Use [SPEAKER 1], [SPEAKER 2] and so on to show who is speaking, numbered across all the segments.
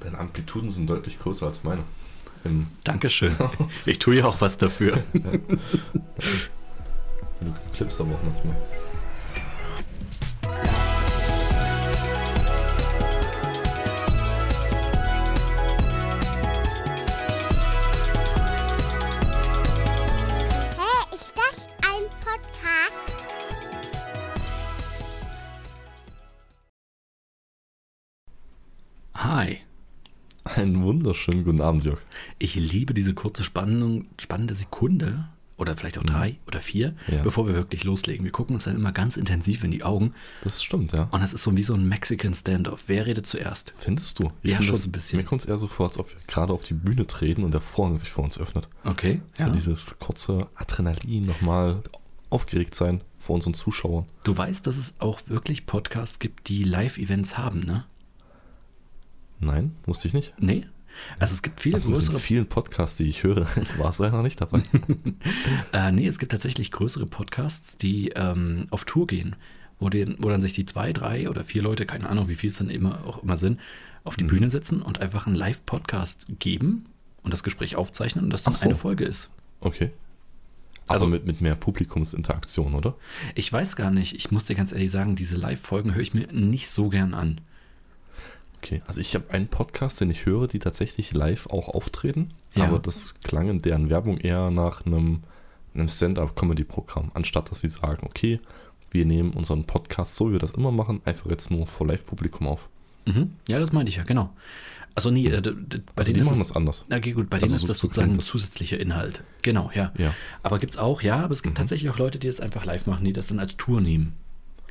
[SPEAKER 1] Deine Amplituden sind deutlich größer als meine. Im-
[SPEAKER 2] Dankeschön. Ich tue ja auch was dafür.
[SPEAKER 1] Du klippst aber auch manchmal.
[SPEAKER 3] Hä, ist das ein Podcast?
[SPEAKER 2] Hi.
[SPEAKER 1] Einen wunderschönen guten Abend, Jörg.
[SPEAKER 2] Ich liebe diese kurze Spannung, spannende Sekunde oder vielleicht auch drei oder vier,
[SPEAKER 1] Ja.
[SPEAKER 2] bevor wir wirklich loslegen. Wir gucken uns dann immer ganz intensiv in die Augen
[SPEAKER 1] Das stimmt, ja.
[SPEAKER 2] und das ist so wie so ein Mexican Standoff. Wer redet zuerst?
[SPEAKER 1] Findest du?
[SPEAKER 2] Ja,
[SPEAKER 1] find
[SPEAKER 2] schon
[SPEAKER 1] das-
[SPEAKER 2] ein bisschen.
[SPEAKER 1] Mir kommt es eher so vor, als ob wir gerade auf die Bühne treten und der Vorhang sich vor uns öffnet.
[SPEAKER 2] Okay.
[SPEAKER 1] So
[SPEAKER 2] ja.
[SPEAKER 1] dieses kurze Adrenalin nochmal aufgeregt sein vor unseren Zuschauern.
[SPEAKER 2] Du weißt, dass es auch wirklich Podcasts gibt, die Live-Events haben, ne?
[SPEAKER 1] Nein, wusste ich nicht.
[SPEAKER 2] Nee? Also es gibt viele
[SPEAKER 1] Also mit den
[SPEAKER 2] größere
[SPEAKER 1] vielen Podcasts, die ich höre, war es leider nicht dabei.
[SPEAKER 2] Äh, nee, es gibt tatsächlich größere Podcasts, die ähm, auf Tour gehen, wo, den, wo dann sich die zwei, drei oder vier Leute, keine Ahnung, wie viel es dann immer auch immer sind, auf die
[SPEAKER 1] Mhm.
[SPEAKER 2] Bühne sitzen und einfach einen Live-Podcast geben und das Gespräch aufzeichnen und das dann
[SPEAKER 1] Ach so.
[SPEAKER 2] eine Folge ist.
[SPEAKER 1] Okay. Aber
[SPEAKER 2] Also-
[SPEAKER 1] also mit, mit mehr Publikumsinteraktion, oder?
[SPEAKER 2] Ich weiß gar nicht, ich muss dir ganz ehrlich sagen, diese Live-Folgen höre ich mir nicht so gern an.
[SPEAKER 1] Okay, also ich habe einen Podcast, den ich höre, die tatsächlich live auch auftreten,
[SPEAKER 2] Ja.
[SPEAKER 1] aber das klang in deren Werbung eher nach einem, einem Stand-up-Comedy-Programm, anstatt dass sie sagen, okay, wir nehmen unseren Podcast, so wie wir das immer machen, einfach jetzt nur vor Live-Publikum auf.
[SPEAKER 2] Mhm. Ja, das meinte ich ja, genau. Also nee, äh, d- d- bei
[SPEAKER 1] Also die
[SPEAKER 2] denen ist
[SPEAKER 1] machen
[SPEAKER 2] es-
[SPEAKER 1] das anders.
[SPEAKER 2] Okay, gut, bei
[SPEAKER 1] Also
[SPEAKER 2] denen
[SPEAKER 1] so-
[SPEAKER 2] ist das
[SPEAKER 1] so
[SPEAKER 2] sozusagen
[SPEAKER 1] klingt
[SPEAKER 2] ein
[SPEAKER 1] das.
[SPEAKER 2] zusätzlicher Inhalt. Genau, ja.
[SPEAKER 1] Ja. Mhm.
[SPEAKER 2] Aber gibt es auch, ja, aber es gibt tatsächlich auch Leute, die das einfach live machen, die das dann als Tour nehmen,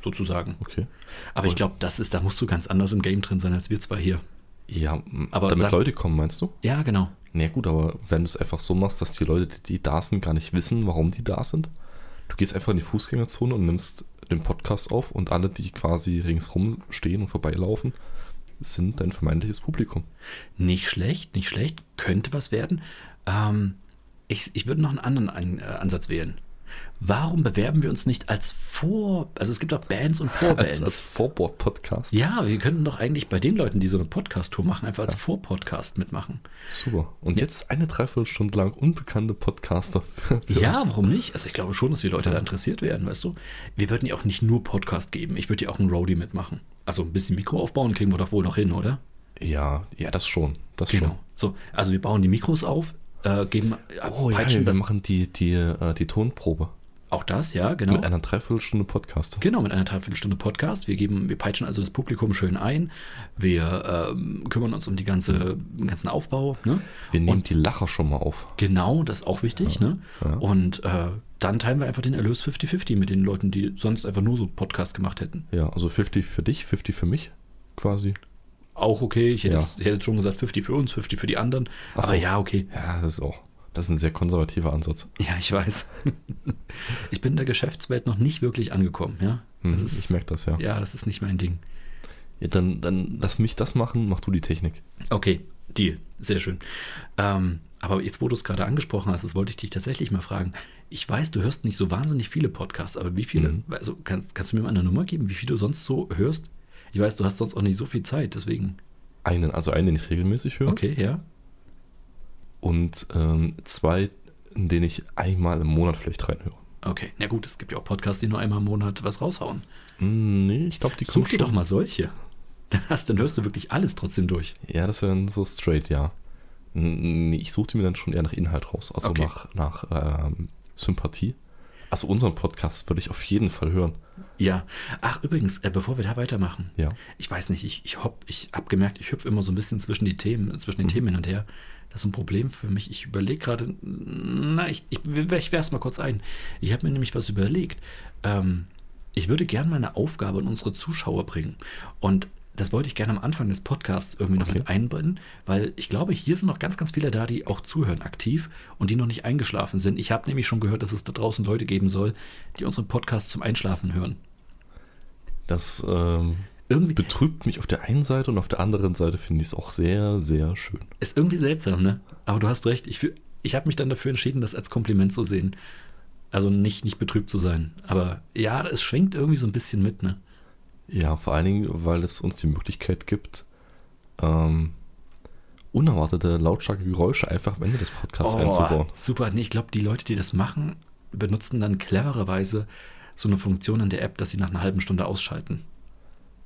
[SPEAKER 2] sozusagen.
[SPEAKER 1] Okay.
[SPEAKER 2] Aber ich glaube, das ist, da musst du ganz anders im Game drin sein als wir zwei hier.
[SPEAKER 1] Ja, m,
[SPEAKER 2] Aber
[SPEAKER 1] damit
[SPEAKER 2] sag-
[SPEAKER 1] Leute kommen, meinst du?
[SPEAKER 2] Ja, genau.
[SPEAKER 1] Na gut, aber wenn du es einfach so machst, dass die Leute, die, die da sind, gar nicht wissen, warum die da sind, du gehst einfach in die Fußgängerzone und nimmst den Podcast auf und alle, die quasi ringsrum stehen und vorbeilaufen, sind dein vermeintliches Publikum.
[SPEAKER 2] Nicht schlecht, nicht schlecht. Könnte was werden. Ähm, ich ich würde noch einen anderen An äh, Ansatz wählen. Warum bewerben wir uns nicht als Vor... Also es gibt auch Bands und Vorbands.
[SPEAKER 1] Als, als Vorbord-Podcast.
[SPEAKER 2] ja, wir könnten doch eigentlich bei den Leuten, die so eine Podcast-Tour machen, einfach als Vorpodcast mitmachen.
[SPEAKER 1] Super. Und jetzt eine Dreiviertelstunde lang unbekannte Podcaster. für- für
[SPEAKER 2] Ja,
[SPEAKER 1] uns.
[SPEAKER 2] warum nicht? Also ich glaube schon, dass die Leute da interessiert werden, weißt du? Wir würden ja auch nicht nur Podcast geben. Ich würde ja auch einen Roadie mitmachen. Also ein bisschen Mikro aufbauen kriegen wir doch wohl noch hin, oder?
[SPEAKER 1] Ja, ja, das schon. Das
[SPEAKER 2] Genau. So, also wir bauen die Mikros auf, äh, geben äh,
[SPEAKER 1] schon. Oh ja,
[SPEAKER 2] peitschen
[SPEAKER 1] wir
[SPEAKER 2] das,
[SPEAKER 1] machen die, die, äh, die Tonprobe
[SPEAKER 2] auch das, ja, genau.
[SPEAKER 1] mit einer Dreiviertelstunde Podcast.
[SPEAKER 2] genau, mit einer Dreiviertelstunde Podcast. Wir geben, wir peitschen also das Publikum schön ein. Wir ähm, kümmern uns um die ganze, den ganzen Aufbau. Ne?
[SPEAKER 1] Wir nehmen
[SPEAKER 2] Und
[SPEAKER 1] die Lacher schon mal auf.
[SPEAKER 2] Genau, das ist auch wichtig. ne? Und äh, dann teilen wir einfach den Erlös 50-50 mit den Leuten, die sonst einfach nur so Podcast gemacht hätten.
[SPEAKER 1] Ja, also 50 für dich, 50 für mich quasi.
[SPEAKER 2] Auch okay, ich hätte,
[SPEAKER 1] Ja.
[SPEAKER 2] es- ich hätte jetzt schon gesagt 50 für uns, 50 für die anderen.
[SPEAKER 1] Ach
[SPEAKER 2] Aber
[SPEAKER 1] so.
[SPEAKER 2] ja, okay.
[SPEAKER 1] Ja, das ist auch. Das ist ein sehr konservativer Ansatz.
[SPEAKER 2] Ja, ich weiß. ich bin in der Geschäftswelt noch nicht wirklich angekommen, ja.
[SPEAKER 1] Hm,
[SPEAKER 2] Das ist,
[SPEAKER 1] ich merke das, ja. ja.
[SPEAKER 2] ja, das ist nicht mein Ding.
[SPEAKER 1] dann, dann lass mich das machen, mach du die Technik.
[SPEAKER 2] Okay, Deal. Sehr schön. Ähm, aber jetzt, wo du es gerade angesprochen hast, das wollte ich dich tatsächlich mal fragen. Ich weiß, du hörst nicht so wahnsinnig viele Podcasts, aber wie viele,
[SPEAKER 1] Mhm.
[SPEAKER 2] also kannst, kannst du mir mal eine Nummer geben, wie viel du sonst so hörst? Ich weiß, du hast sonst auch nicht so viel Zeit, deswegen.
[SPEAKER 1] Einen, also einen, den ich regelmäßig höre.
[SPEAKER 2] Okay, ja.
[SPEAKER 1] Und ähm, zwei, in den ich einmal im Monat vielleicht reinhöre.
[SPEAKER 2] Okay. Na gut, es gibt ja auch Podcasts, die nur einmal im Monat was raushauen.
[SPEAKER 1] Hm, nee, ich glaube, die
[SPEAKER 2] Such dir
[SPEAKER 1] schon-
[SPEAKER 2] doch mal solche. Dann, hast, dann hörst du wirklich alles trotzdem durch.
[SPEAKER 1] Ja, das ist dann so straight, ja. N- Nee, ich suche die mir dann schon eher nach Inhalt raus, also
[SPEAKER 2] Okay.
[SPEAKER 1] nach, nach ähm, Sympathie. Also unseren Podcast würde ich auf jeden Fall hören.
[SPEAKER 2] Ja. Ach, übrigens, äh, bevor wir da weitermachen.
[SPEAKER 1] Ja.
[SPEAKER 2] Ich weiß nicht, ich, ich hopp, ich hab gemerkt, ich hüpfe immer so ein bisschen zwischen die Themen, zwischen den Themen hin und her. Das ist ein Problem für mich. Ich überlege gerade, na, ich, ich, ich werf's mal kurz ein. Ich habe mir nämlich was überlegt. Ähm, ich würde gerne mal eine Aufgabe an unsere Zuschauer bringen. Und das wollte ich gerne am Anfang des Podcasts irgendwie noch
[SPEAKER 1] Okay.
[SPEAKER 2] mit einbinden, weil ich glaube, hier sind noch ganz, ganz viele da, die auch zuhören aktiv und die noch nicht eingeschlafen sind. Ich habe nämlich schon gehört, dass es da draußen Leute geben soll, die unseren Podcast zum Einschlafen hören.
[SPEAKER 1] Das ähm,
[SPEAKER 2] Irgendwie-
[SPEAKER 1] betrübt mich auf der einen Seite und auf der anderen Seite finde ich es auch sehr, sehr schön.
[SPEAKER 2] Ist irgendwie seltsam, ne? Aber du hast recht. Ich, fühl- ich habe mich dann dafür entschieden, das als Kompliment zu sehen. Also nicht, nicht betrübt zu sein. Aber ja, es schwingt irgendwie so ein bisschen mit, ne?
[SPEAKER 1] Ja, vor allen Dingen, weil es uns die Möglichkeit gibt, ähm, unerwartete, lautstarke Geräusche einfach am Ende des Podcasts
[SPEAKER 2] Oh.
[SPEAKER 1] einzubauen.
[SPEAKER 2] Super, nee, ich glaube, die Leute, die das machen, benutzen dann clevererweise so eine Funktion in der App, dass sie nach einer halben Stunde ausschalten.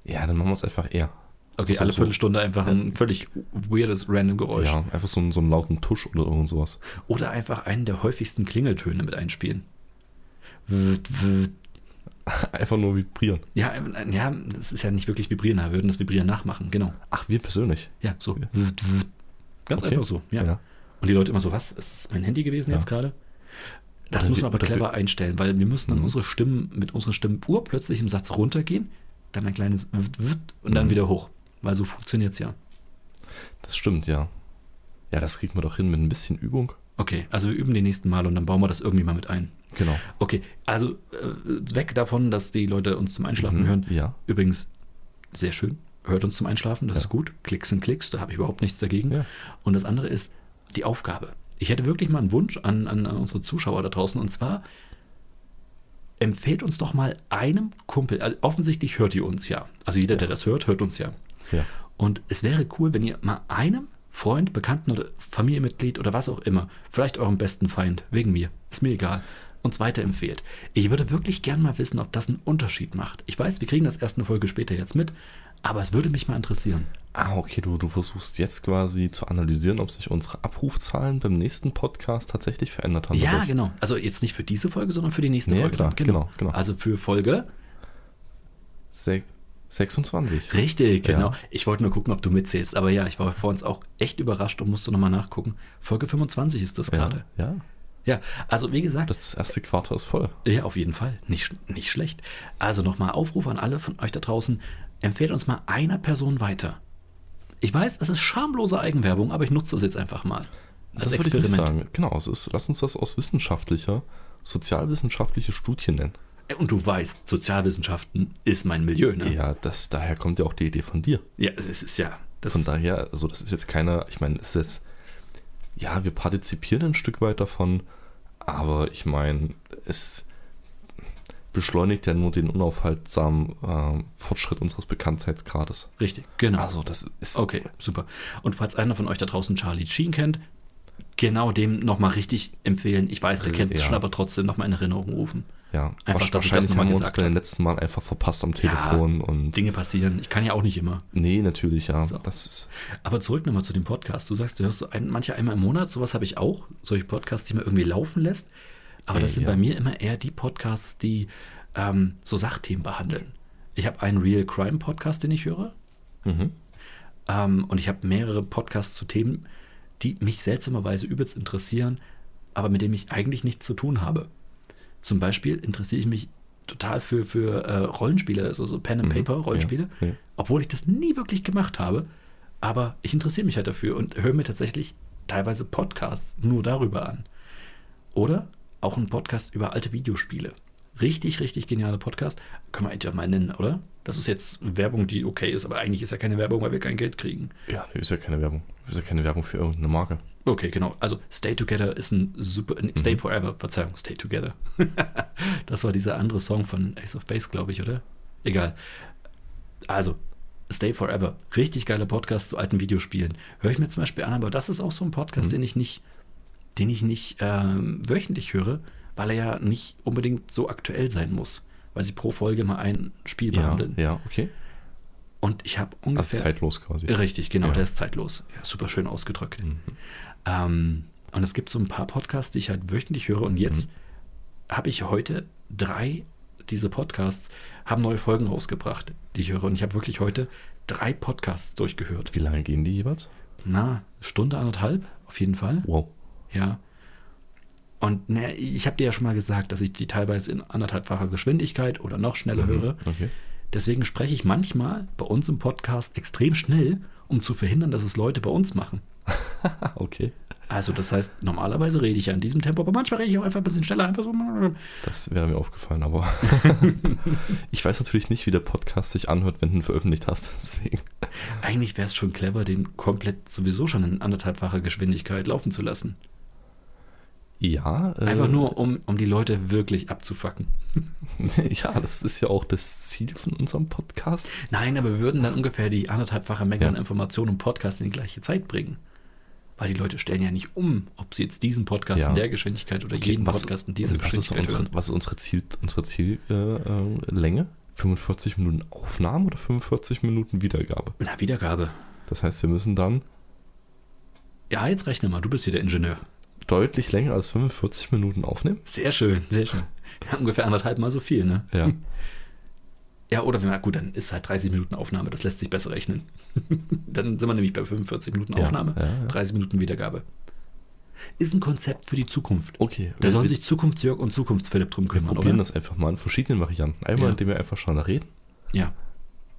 [SPEAKER 2] Also
[SPEAKER 1] Ja, dann machen wir es einfach eher.
[SPEAKER 2] Okay,
[SPEAKER 1] So-
[SPEAKER 2] alle
[SPEAKER 1] so-
[SPEAKER 2] Viertelstunde einfach ein völlig weirdes random Geräusch.
[SPEAKER 1] Ja, einfach so, einen- so einen lauten Tusch oder irgend sowas.
[SPEAKER 2] Oder einfach einen der häufigsten Klingeltöne mit einspielen. Wut, wut.
[SPEAKER 1] Einfach nur vibrieren.
[SPEAKER 2] Ja, äh, ja, das ist ja nicht wirklich vibrieren, wir würden das Vibrieren nachmachen, genau.
[SPEAKER 1] Ach, wir persönlich.
[SPEAKER 2] Ja, so.
[SPEAKER 1] Ja.
[SPEAKER 2] Wut, wut. Ganz
[SPEAKER 1] Okay.
[SPEAKER 2] einfach so, ja.
[SPEAKER 1] Ja.
[SPEAKER 2] Und die Leute immer so, was? Ist das mein Handy gewesen
[SPEAKER 1] Ja.
[SPEAKER 2] jetzt gerade? Das
[SPEAKER 1] Oder
[SPEAKER 2] müssen wir
[SPEAKER 1] wir-
[SPEAKER 2] aber
[SPEAKER 1] oder wir-
[SPEAKER 2] clever einstellen, weil wir müssen dann
[SPEAKER 1] Mhm.
[SPEAKER 2] unsere Stimmen mit unseren Stimmen urplötzlich im Satz runtergehen, dann ein kleines Wut, wut und dann
[SPEAKER 1] Mhm.
[SPEAKER 2] wieder hoch. Weil so funktioniert es ja.
[SPEAKER 1] Das stimmt, ja. Ja, das kriegt man doch hin mit ein bisschen Übung.
[SPEAKER 2] Okay, also wir üben die nächsten Mal und dann bauen wir das irgendwie mal mit ein.
[SPEAKER 1] Genau.
[SPEAKER 2] Okay, also äh, weg davon, dass die Leute uns zum Einschlafen
[SPEAKER 1] Mhm,
[SPEAKER 2] hören.
[SPEAKER 1] Ja.
[SPEAKER 2] Übrigens, sehr schön. Hört uns zum Einschlafen, das ist gut. Klicks sind Klicks, da habe ich überhaupt nichts dagegen.
[SPEAKER 1] Ja.
[SPEAKER 2] Und das andere ist die Aufgabe. Ich hätte wirklich mal einen Wunsch an, an, an unsere Zuschauer da draußen. Und zwar empfehlt uns doch mal einem Kumpel. Also offensichtlich hört ihr uns ja. Also jeder, der das hört, hört uns ja.
[SPEAKER 1] Ja.
[SPEAKER 2] Und es wäre cool, wenn ihr mal einem Freund, Bekannten oder Familienmitglied oder was auch immer, vielleicht eurem besten Feind, wegen mir, ist mir egal, uns weiterempfehlt. Ich würde wirklich gern mal wissen, ob das einen Unterschied macht. Ich weiß, wir kriegen das erst eine Folge später jetzt mit, aber es würde mich mal interessieren.
[SPEAKER 1] Ah, okay, du, du versuchst jetzt quasi zu analysieren, ob sich unsere Abrufzahlen beim nächsten Podcast tatsächlich verändert haben.
[SPEAKER 2] ja,
[SPEAKER 1] dadurch.
[SPEAKER 2] genau. Also jetzt nicht für diese Folge, sondern für die nächste
[SPEAKER 1] Ja,
[SPEAKER 2] Folge.
[SPEAKER 1] klar,
[SPEAKER 2] dann.
[SPEAKER 1] genau, genau.
[SPEAKER 2] Also für Folge.
[SPEAKER 1] Se 26.
[SPEAKER 2] Richtig,
[SPEAKER 1] Ja.
[SPEAKER 2] genau. Ich wollte nur gucken, ob du mitzählst. Aber ja, ich war vor uns auch echt überrascht und musste nochmal nachgucken. Folge 25 ist das gerade.
[SPEAKER 1] Ja, ja.
[SPEAKER 2] Ja, also wie gesagt,
[SPEAKER 1] Das erste Quarter ist voll.
[SPEAKER 2] Ja, auf jeden Fall. Nicht, sch- nicht schlecht. Also nochmal Aufruf an alle von euch da draußen. Empfehlt uns mal einer Person weiter. Ich weiß, es ist schamlose Eigenwerbung, aber ich nutze das jetzt einfach mal. Als
[SPEAKER 1] das würde ich nicht sagen. Genau, es ist, lass uns das aus wissenschaftlicher, sozialwissenschaftliche Studien nennen.
[SPEAKER 2] Und du weißt, Sozialwissenschaften ist mein Milieu, ne?
[SPEAKER 1] Ja, das, daher kommt ja auch die Idee von dir.
[SPEAKER 2] Ja, es ist ja. Das
[SPEAKER 1] Von daher, also das ist jetzt keiner, ich meine, es ist jetzt, ja, wir partizipieren ein Stück weit davon, aber ich meine, es beschleunigt ja nur den unaufhaltsamen ähm, Fortschritt unseres Bekanntheitsgrades.
[SPEAKER 2] richtig, genau.
[SPEAKER 1] Also das ist,
[SPEAKER 2] Okay, super. Und falls einer von euch da draußen Charlie Sheen kennt, genau dem nochmal richtig empfehlen. Ich weiß, der kennt es
[SPEAKER 1] Also, Ja.
[SPEAKER 2] schon, aber trotzdem nochmal in Erinnerung rufen.
[SPEAKER 1] ja,
[SPEAKER 2] Einfach, dass ich das
[SPEAKER 1] wahrscheinlich
[SPEAKER 2] nochmal
[SPEAKER 1] haben wir uns
[SPEAKER 2] gesagt
[SPEAKER 1] bei den
[SPEAKER 2] habe.
[SPEAKER 1] letzten Mal einfach verpasst am Telefon und,
[SPEAKER 2] Dinge passieren. Ich kann ja auch nicht immer.
[SPEAKER 1] nee, natürlich, ja,
[SPEAKER 2] So.
[SPEAKER 1] das ist,
[SPEAKER 2] Aber zurück nochmal zu dem Podcast. Du sagst, du hörst so ein, manche einmal im Monat, sowas habe ich auch, solche Podcasts, die man irgendwie laufen lässt. Aber das
[SPEAKER 1] Äh,
[SPEAKER 2] sind
[SPEAKER 1] ja.
[SPEAKER 2] bei mir immer eher die Podcasts, die ähm, so Sachthemen behandeln. Ich habe einen Real Crime Podcast, den ich höre.
[SPEAKER 1] mhm.
[SPEAKER 2] Ähm, und ich habe mehrere Podcasts zu Themen, die mich seltsamerweise übelst interessieren, aber mit denen ich eigentlich nichts zu tun habe. Zum Beispiel interessiere ich mich total für, für äh, Rollenspiele, also so Pen and
[SPEAKER 1] Mhm,
[SPEAKER 2] Paper
[SPEAKER 1] ja,
[SPEAKER 2] Rollenspiele,
[SPEAKER 1] ja.
[SPEAKER 2] obwohl ich das nie wirklich gemacht habe. Aber ich interessiere mich halt dafür und höre mir tatsächlich teilweise Podcasts nur darüber an. Oder auch einen Podcast über alte Videospiele. Richtig, richtig geniale Podcast. Können wir eigentlich auch mal nennen, oder? Das ist jetzt Werbung, die okay ist, aber eigentlich ist ja keine Werbung, weil wir kein Geld kriegen.
[SPEAKER 1] ja, nee, ist ja keine Werbung, ist ja keine Werbung für irgendeine Marke.
[SPEAKER 2] Okay, genau. Also Stay Together ist ein super. ein- Stay
[SPEAKER 1] Mhm.
[SPEAKER 2] Forever, Verzeihung, Stay Together. das war dieser andere Song von Ace of Base, glaube ich, oder? Egal. Also, Stay Forever. Richtig geiler Podcast zu alten Videospielen. Höre ich mir zum Beispiel an, aber das ist auch so ein Podcast,
[SPEAKER 1] Mhm.
[SPEAKER 2] den ich nicht, den ich nicht ähm, wöchentlich höre, weil er ja nicht unbedingt so aktuell sein muss. Weil sie pro Folge mal ein Spiel
[SPEAKER 1] Ja,
[SPEAKER 2] behandeln.
[SPEAKER 1] ja, okay,
[SPEAKER 2] Und ich habe
[SPEAKER 1] also
[SPEAKER 2] ungefähr.
[SPEAKER 1] zeitlos quasi.
[SPEAKER 2] Richtig, genau,
[SPEAKER 1] Ja. Mhm.
[SPEAKER 2] der ist zeitlos. Ja, super schön ausgedrückt. Ähm, und es gibt so ein paar Podcasts, die ich halt wöchentlich höre. Und jetzt
[SPEAKER 1] Mhm.
[SPEAKER 2] habe ich heute drei, diese Podcasts haben neue Folgen rausgebracht, die ich höre. Und ich habe wirklich heute drei Podcasts durchgehört.
[SPEAKER 1] Wie lange gehen die jeweils?
[SPEAKER 2] Na, Stunde, anderthalb, auf jeden Fall.
[SPEAKER 1] Wow.
[SPEAKER 2] Ja. Und ne, ich habe dir ja schon mal gesagt, dass ich die teilweise in anderthalbfacher Geschwindigkeit oder noch schneller
[SPEAKER 1] Mhm.
[SPEAKER 2] höre.
[SPEAKER 1] Okay.
[SPEAKER 2] Deswegen spreche ich manchmal bei uns im Podcast extrem schnell, um zu verhindern, dass es Leute bei uns machen.
[SPEAKER 1] Ah, okay.
[SPEAKER 2] Also das heißt, normalerweise rede ich ja in diesem Tempo, aber manchmal rede ich auch einfach ein bisschen schneller, einfach so.
[SPEAKER 1] Das wäre mir aufgefallen, aber ich weiß natürlich nicht, wie der Podcast sich anhört, wenn du ihn veröffentlicht hast. Deswegen.
[SPEAKER 2] Eigentlich wäre es schon clever, den komplett sowieso schon in anderthalbfacher Geschwindigkeit laufen zu lassen.
[SPEAKER 1] Ja. äh,
[SPEAKER 2] Einfach nur, um, um die Leute wirklich abzufacken.
[SPEAKER 1] Ja, das ist ja auch das Ziel von unserem Podcast.
[SPEAKER 2] Nein, aber wir würden dann ungefähr die anderthalbfache Menge
[SPEAKER 1] Ja.
[SPEAKER 2] an Informationen und Podcast in die gleiche Zeit bringen. weil die Leute stellen ja nicht um, ob sie jetzt diesen Podcast
[SPEAKER 1] Ja.
[SPEAKER 2] in der Geschwindigkeit oder jeden Podcast in dieser
[SPEAKER 1] was ist
[SPEAKER 2] Geschwindigkeit
[SPEAKER 1] unsere,
[SPEAKER 2] hören.
[SPEAKER 1] was ist unsere Ziel, unsere Ziellänge? Äh, Länge? 45 Minuten Aufnahme oder 45 Minuten Wiedergabe?
[SPEAKER 2] Na, Wiedergabe.
[SPEAKER 1] Das heißt, wir müssen dann
[SPEAKER 2] Ja, jetzt rechne mal, du bist hier der Ingenieur.
[SPEAKER 1] deutlich länger als 45 Minuten aufnehmen.
[SPEAKER 2] Sehr schön, sehr schön. Ja, ungefähr anderthalb Mal so viel, ne?
[SPEAKER 1] Ja.
[SPEAKER 2] Ja, oder wenn man, gut, dann ist halt 30 Minuten Aufnahme, das lässt sich besser rechnen. dann sind wir nämlich bei 45 Minuten
[SPEAKER 1] Ja,
[SPEAKER 2] Aufnahme,
[SPEAKER 1] ja, ja.
[SPEAKER 2] 30 Minuten Wiedergabe. Ist ein Konzept für die Zukunft.
[SPEAKER 1] Okay.
[SPEAKER 2] Da
[SPEAKER 1] wir-
[SPEAKER 2] sollen
[SPEAKER 1] wir-
[SPEAKER 2] sich Zukunftsjörg und Zukunftsphilipp drum
[SPEAKER 1] wir
[SPEAKER 2] kümmern,
[SPEAKER 1] probieren
[SPEAKER 2] oder?
[SPEAKER 1] das einfach mal in verschiedenen Varianten. Einmal,
[SPEAKER 2] Ja.
[SPEAKER 1] indem wir einfach schon reden
[SPEAKER 2] Ja.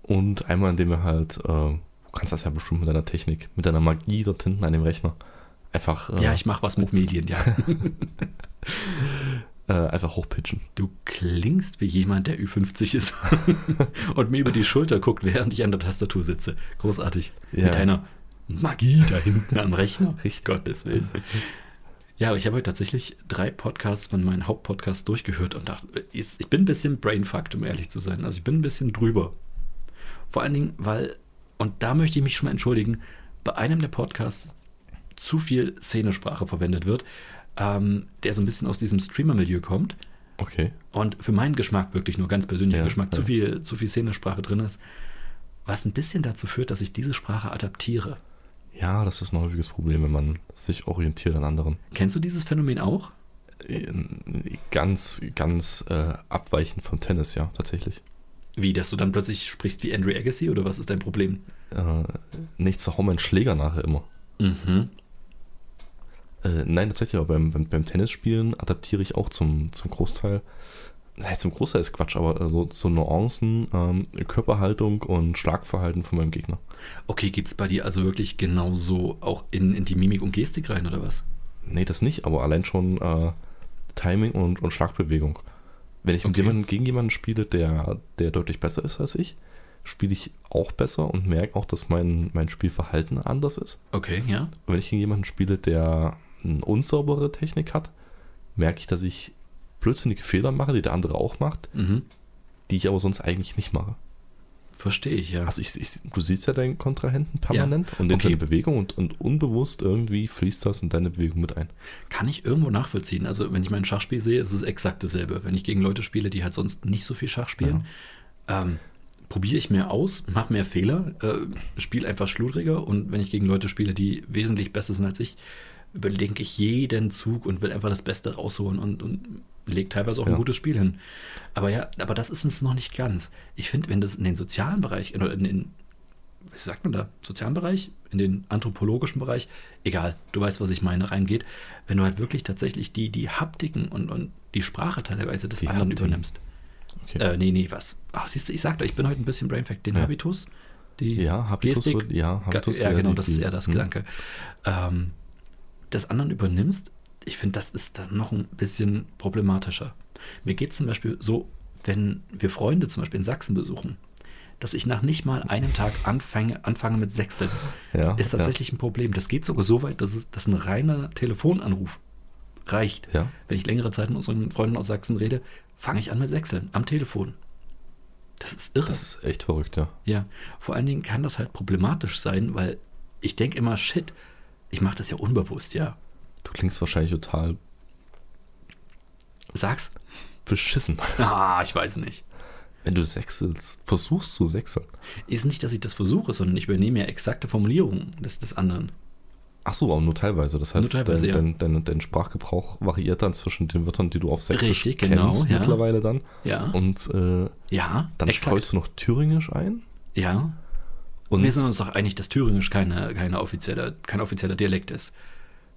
[SPEAKER 1] und einmal, indem wir halt, äh, du kannst das ja bestimmt mit deiner Technik, mit deiner Magie dort hinten an dem Rechner, einfach, äh,
[SPEAKER 2] ja, ich mache was mit Medien, ja.
[SPEAKER 1] äh, einfach hochpitchen.
[SPEAKER 2] Du klingst wie jemand, der Ü50 ist und mir über die Schulter guckt, während ich an der Tastatur sitze. Großartig.
[SPEAKER 1] Ja.
[SPEAKER 2] Mit einer Magie da hinten am Rechner.
[SPEAKER 1] Richtig.
[SPEAKER 2] Gottes Willen. Ja, aber ich habe heute tatsächlich drei Podcasts von meinen Hauptpodcasts durchgehört und dachte, ich ich bin ein bisschen brainfucked, um ehrlich zu sein. Also ich bin ein bisschen drüber. Vor allen Dingen, weil, und da möchte ich mich schon mal entschuldigen, bei einem der Podcasts zu viel Szenesprache verwendet wird, ähm, der so ein bisschen aus diesem Streamer-Milieu kommt.
[SPEAKER 1] Okay.
[SPEAKER 2] Und für meinen Geschmack, wirklich nur ganz persönlichen
[SPEAKER 1] Ja,
[SPEAKER 2] Geschmack, zu
[SPEAKER 1] ja.
[SPEAKER 2] viel, zu viel Szenesprache drin ist. Was ein bisschen dazu führt, dass ich diese Sprache adaptiere.
[SPEAKER 1] Ja, das ist ein häufiges Problem, wenn man sich orientiert an anderen.
[SPEAKER 2] Kennst du dieses Phänomen auch?
[SPEAKER 1] Äh, Ganz, ganz äh, abweichend vom Tennis, ja, tatsächlich.
[SPEAKER 2] Wie, dass du dann plötzlich sprichst wie Andrew Agassi oder was ist dein Problem?
[SPEAKER 1] Äh, nicht zu hauen, mein Schläger nachher immer.
[SPEAKER 2] Mhm.
[SPEAKER 1] Äh, nein, tatsächlich, aber beim, beim, beim Tennisspielen adaptiere ich auch zum, zum Großteil. Naja, zum Großteil ist Quatsch, aber äh, so, so Nuancen, ähm, Körperhaltung und Schlagverhalten von meinem Gegner.
[SPEAKER 2] Okay, geht's bei dir also wirklich genauso auch in, in die Mimik und Gestik rein oder was?
[SPEAKER 1] Nee, das nicht, aber allein schon äh, Timing und, und Schlagbewegung. Wenn ich mit
[SPEAKER 2] Okay.
[SPEAKER 1] jemanden, gegen jemanden spiele, der, der deutlich besser ist als ich, spiele ich auch besser und merke auch, dass mein, mein Spielverhalten anders ist.
[SPEAKER 2] Okay, ja.
[SPEAKER 1] Und wenn ich gegen jemanden spiele, der eine unsaubere Technik hat, merke ich, dass ich blödsinnige Fehler mache, die der andere auch macht,
[SPEAKER 2] Mhm.
[SPEAKER 1] die ich aber sonst eigentlich nicht mache.
[SPEAKER 2] Verstehe ich, ja.
[SPEAKER 1] Also ich, ich, du siehst ja deinen Kontrahenten permanent und in
[SPEAKER 2] Okay.
[SPEAKER 1] seine Bewegung und, und unbewusst irgendwie fließt das in deine Bewegung mit ein.
[SPEAKER 2] Kann ich irgendwo nachvollziehen. Also, wenn ich mein Schachspiel sehe, ist es exakt dasselbe. Wenn ich gegen Leute spiele, die halt sonst nicht so viel Schach spielen, ähm, probiere ich mehr aus, mache mehr Fehler, äh, spiele einfach schludriger. Und wenn ich gegen Leute spiele, die wesentlich besser sind als ich, überdenke ich jeden Zug und will einfach das Beste rausholen und, und lege teilweise auch ein
[SPEAKER 1] Ja.
[SPEAKER 2] gutes Spiel hin. Aber ja, aber das ist uns noch nicht ganz. Ich finde, wenn das in den sozialen Bereich, oder in den wie sagt man da, sozialen Bereich, in den anthropologischen Bereich, egal, du weißt, was ich meine, reingeht, wenn du halt wirklich tatsächlich die, die Haptiken und, und die Sprache teilweise des
[SPEAKER 1] Die
[SPEAKER 2] anderen
[SPEAKER 1] Haptik.
[SPEAKER 2] übernimmst.
[SPEAKER 1] Okay.
[SPEAKER 2] Äh, nee, nee, was? Ach, siehst du, ich sagte, ich bin heute ein bisschen brainfact. Den
[SPEAKER 1] Ja.
[SPEAKER 2] Habitus, die
[SPEAKER 1] Ja, Habitus
[SPEAKER 2] Gestik,
[SPEAKER 1] wird- ja, Habitus,
[SPEAKER 2] ja,
[SPEAKER 1] ja,
[SPEAKER 2] genau,
[SPEAKER 1] die-
[SPEAKER 2] das ist
[SPEAKER 1] die-
[SPEAKER 2] eher das
[SPEAKER 1] hm.
[SPEAKER 2] Gedanke. Ähm, das anderen übernimmst, ich finde, das ist dann noch ein bisschen problematischer. Mir geht es zum Beispiel so, wenn wir Freunde zum Beispiel in Sachsen besuchen, dass ich nach nicht mal einem Tag anfange, anfange mit Sechseln,
[SPEAKER 1] Ja,
[SPEAKER 2] ist tatsächlich ein Problem. Das geht sogar so weit, dass, es, dass ein reiner Telefonanruf reicht.
[SPEAKER 1] Ja.
[SPEAKER 2] Wenn ich längere Zeit mit unseren Freunden aus Sachsen rede, fange ich an mit Sechseln am Telefon. Das ist irre.
[SPEAKER 1] Das ist echt verrückt, ja.
[SPEAKER 2] Ja, vor allen Dingen kann das halt problematisch sein, weil ich denke immer, shit, ich mache das ja unbewusst, ja.
[SPEAKER 1] Du klingst wahrscheinlich total
[SPEAKER 2] Sag's.
[SPEAKER 1] beschissen,
[SPEAKER 2] Ah, ich weiß nicht.
[SPEAKER 1] wenn du sechselst, versuchst zu sechseln.
[SPEAKER 2] Ist nicht, dass ich das versuche, sondern ich übernehme ja exakte Formulierungen des, des anderen.
[SPEAKER 1] Ach so, aber nur teilweise. Das heißt,
[SPEAKER 2] Nur teilweise,
[SPEAKER 1] dein,
[SPEAKER 2] ja.
[SPEAKER 1] dein, dein, dein Sprachgebrauch variiert dann zwischen den Wörtern, die du auf Sächsisch
[SPEAKER 2] Richtig,
[SPEAKER 1] kennst
[SPEAKER 2] genau, ja.
[SPEAKER 1] mittlerweile dann.
[SPEAKER 2] Ja.
[SPEAKER 1] Und äh,
[SPEAKER 2] ja,
[SPEAKER 1] dann
[SPEAKER 2] exakt.
[SPEAKER 1] streust du noch Thüringisch ein.
[SPEAKER 2] Ja.
[SPEAKER 1] Und
[SPEAKER 2] Wir sind uns doch einig, dass Thüringisch keine, keine offizielle, kein offizieller Dialekt ist.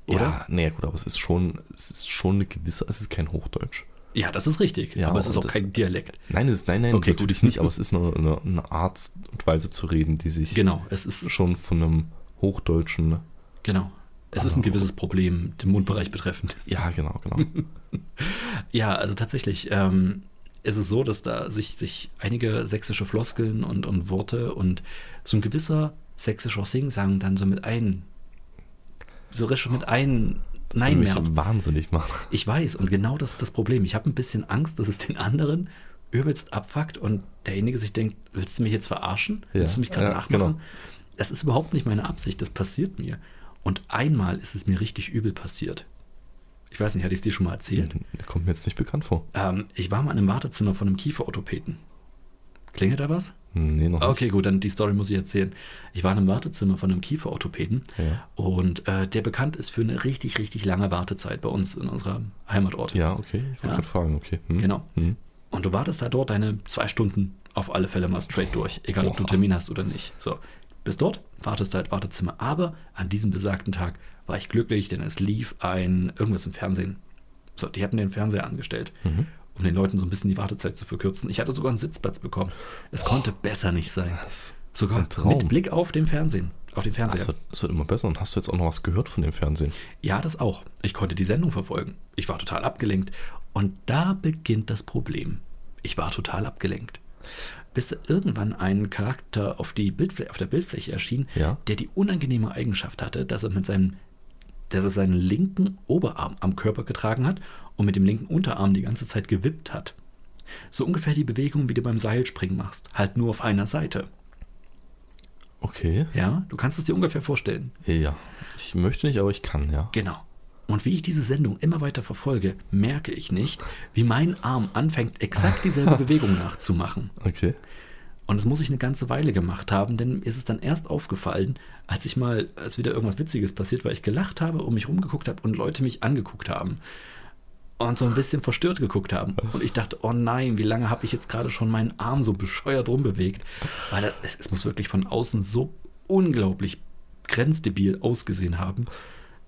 [SPEAKER 2] Oder?
[SPEAKER 1] Ja, nee, gut, aber es ist schon, es ist schon eine gewisse, es ist kein Hochdeutsch.
[SPEAKER 2] Ja, das ist richtig.
[SPEAKER 1] Ja,
[SPEAKER 2] aber es ist auch
[SPEAKER 1] und das-
[SPEAKER 2] kein Dialekt.
[SPEAKER 1] Nein, es ist, nein, nein,
[SPEAKER 2] Okay, gut.
[SPEAKER 1] natürlich nicht, aber es ist eine, eine, eine Art und Weise zu reden, die sich
[SPEAKER 2] Genau, es ist
[SPEAKER 1] schon von einem Hochdeutschen. ne?
[SPEAKER 2] genau. Es ist ein gewisses Problem, den Mundbereich betreffend.
[SPEAKER 1] Ja, genau, genau.
[SPEAKER 2] Ja, also tatsächlich ähm, ist es so, dass da sich, sich einige sächsische Floskeln und, und Worte und so ein gewisser sächsischer Singsang dann so mit ein. So richtig mit ein.
[SPEAKER 1] Das
[SPEAKER 2] Nein,
[SPEAKER 1] würde
[SPEAKER 2] mehr.
[SPEAKER 1] mich wahnsinnig machen.
[SPEAKER 2] Ich weiß, und genau das ist das Problem. Ich habe ein bisschen Angst, dass es den anderen übelst abfuckt und derjenige sich denkt, willst du mich jetzt verarschen?
[SPEAKER 1] Ja,
[SPEAKER 2] Willst du mich gerade
[SPEAKER 1] ja,
[SPEAKER 2] nachmachen?
[SPEAKER 1] genau.
[SPEAKER 2] Das ist überhaupt nicht meine Absicht, das passiert mir. Und einmal ist es mir richtig übel passiert. Ich weiß nicht, hatte ich es dir schon mal erzählt?
[SPEAKER 1] Der kommt mir jetzt nicht bekannt vor.
[SPEAKER 2] Ähm, ich war mal in einem Wartezimmer von einem Kieferorthopäden. Klingelt da was?
[SPEAKER 1] Nee, noch
[SPEAKER 2] Okay, gut, dann die Story muss ich erzählen. Ich war in einem Wartezimmer von einem Kieferorthopäden
[SPEAKER 1] nicht. Ja.
[SPEAKER 2] und äh, der bekannt ist für eine richtig, richtig lange Wartezeit bei uns in unserem Heimatort.
[SPEAKER 1] ja, okay. Ich wollte
[SPEAKER 2] Ja.
[SPEAKER 1] gerade fragen, okay. Hm.
[SPEAKER 2] Genau.
[SPEAKER 1] Hm.
[SPEAKER 2] Und du wartest da dort deine zwei Stunden auf alle Fälle mal straight durch, egal ob du
[SPEAKER 1] Boah.
[SPEAKER 2] einen Termin hast oder nicht. So, bis dort, wartest halt Wartezimmer. Aber an diesem besagten Tag war ich glücklich, denn es lief ein irgendwas im Fernsehen. So, die hatten den Fernseher angestellt,
[SPEAKER 1] Mhm.
[SPEAKER 2] um den Leuten so ein bisschen die Wartezeit zu verkürzen. Ich hatte sogar einen Sitzplatz bekommen. Es konnte besser nicht sein.
[SPEAKER 1] Das,
[SPEAKER 2] Sogar
[SPEAKER 1] Oh. Ein Traum.
[SPEAKER 2] mit Blick auf den Fernsehen. Auf den Fernseher.
[SPEAKER 1] das, wird, das wird immer besser. Und hast du jetzt auch noch was gehört von dem Fernsehen?
[SPEAKER 2] Ja, das auch. Ich konnte die Sendung verfolgen. Ich war total abgelenkt. Und da beginnt das Problem. Ich war total abgelenkt. Bis irgendwann ein Charakter auf, die Bildfl auf der Bildfläche erschien,
[SPEAKER 1] Ja.
[SPEAKER 2] der die unangenehme Eigenschaft hatte, dass er mit seinem, dass er seinen linken Oberarm am Körper getragen hat und mit dem linken Unterarm die ganze Zeit gewippt hat. So ungefähr die Bewegung, wie du beim Seilspringen machst, halt nur auf einer Seite.
[SPEAKER 1] Okay.
[SPEAKER 2] Ja, du kannst es dir ungefähr vorstellen.
[SPEAKER 1] Ja. Ich möchte nicht, aber ich kann, ja.
[SPEAKER 2] Genau. Und wie ich diese Sendung immer weiter verfolge, merke ich nicht, wie mein Arm anfängt, exakt dieselbe Bewegung nachzumachen.
[SPEAKER 1] Okay.
[SPEAKER 2] Und das muss ich eine ganze Weile gemacht haben, denn mir ist es dann erst aufgefallen, als ich mal, als wieder irgendwas Witziges passiert war, ich gelacht habe, um mich rumgeguckt habe und Leute mich angeguckt haben. Und so ein bisschen verstört geguckt haben. Und ich dachte, oh nein, wie lange habe ich jetzt gerade schon meinen Arm so bescheuert rumbewegt? Weil das, es, es muss wirklich von außen so unglaublich grenzdebil ausgesehen haben.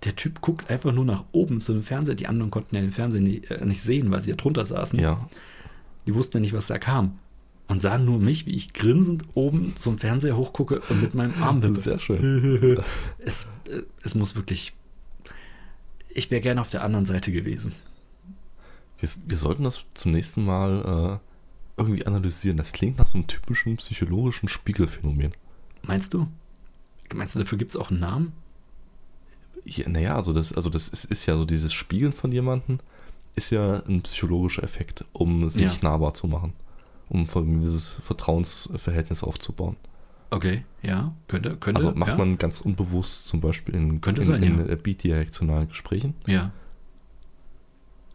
[SPEAKER 2] Der Typ guckt einfach nur nach oben zu dem Fernseher. Die anderen konnten ja den Fernseher nicht, äh, nicht sehen, weil sie ja drunter saßen.
[SPEAKER 1] Ja.
[SPEAKER 2] Die wussten ja nicht, was da kam. Und sahen nur mich, wie ich grinsend oben zum Fernseher hochgucke und mit meinem Arm bin.
[SPEAKER 1] Sehr schön.
[SPEAKER 2] Es, äh, es muss wirklich. Ich wäre gerne auf der anderen Seite gewesen.
[SPEAKER 1] Wir, wir sollten das zum nächsten Mal äh, irgendwie analysieren. Das klingt nach so einem typischen psychologischen Spiegelphänomen.
[SPEAKER 2] Meinst du? Meinst du, dafür gibt es auch einen Namen?
[SPEAKER 1] Ja, naja, also das, also das ist, ist ja so dieses Spiegeln von jemandem ist ja ein psychologischer Effekt, um sich
[SPEAKER 2] Ja.
[SPEAKER 1] nahbar zu machen, um von dieses Vertrauensverhältnis aufzubauen.
[SPEAKER 2] Okay, ja, könnte, könnte.
[SPEAKER 1] also macht
[SPEAKER 2] ja,
[SPEAKER 1] man ganz unbewusst zum Beispiel in,
[SPEAKER 2] Könnte
[SPEAKER 1] in,
[SPEAKER 2] sein,
[SPEAKER 1] in
[SPEAKER 2] ja.
[SPEAKER 1] äh, bidirektionalen Gesprächen.
[SPEAKER 2] Ja,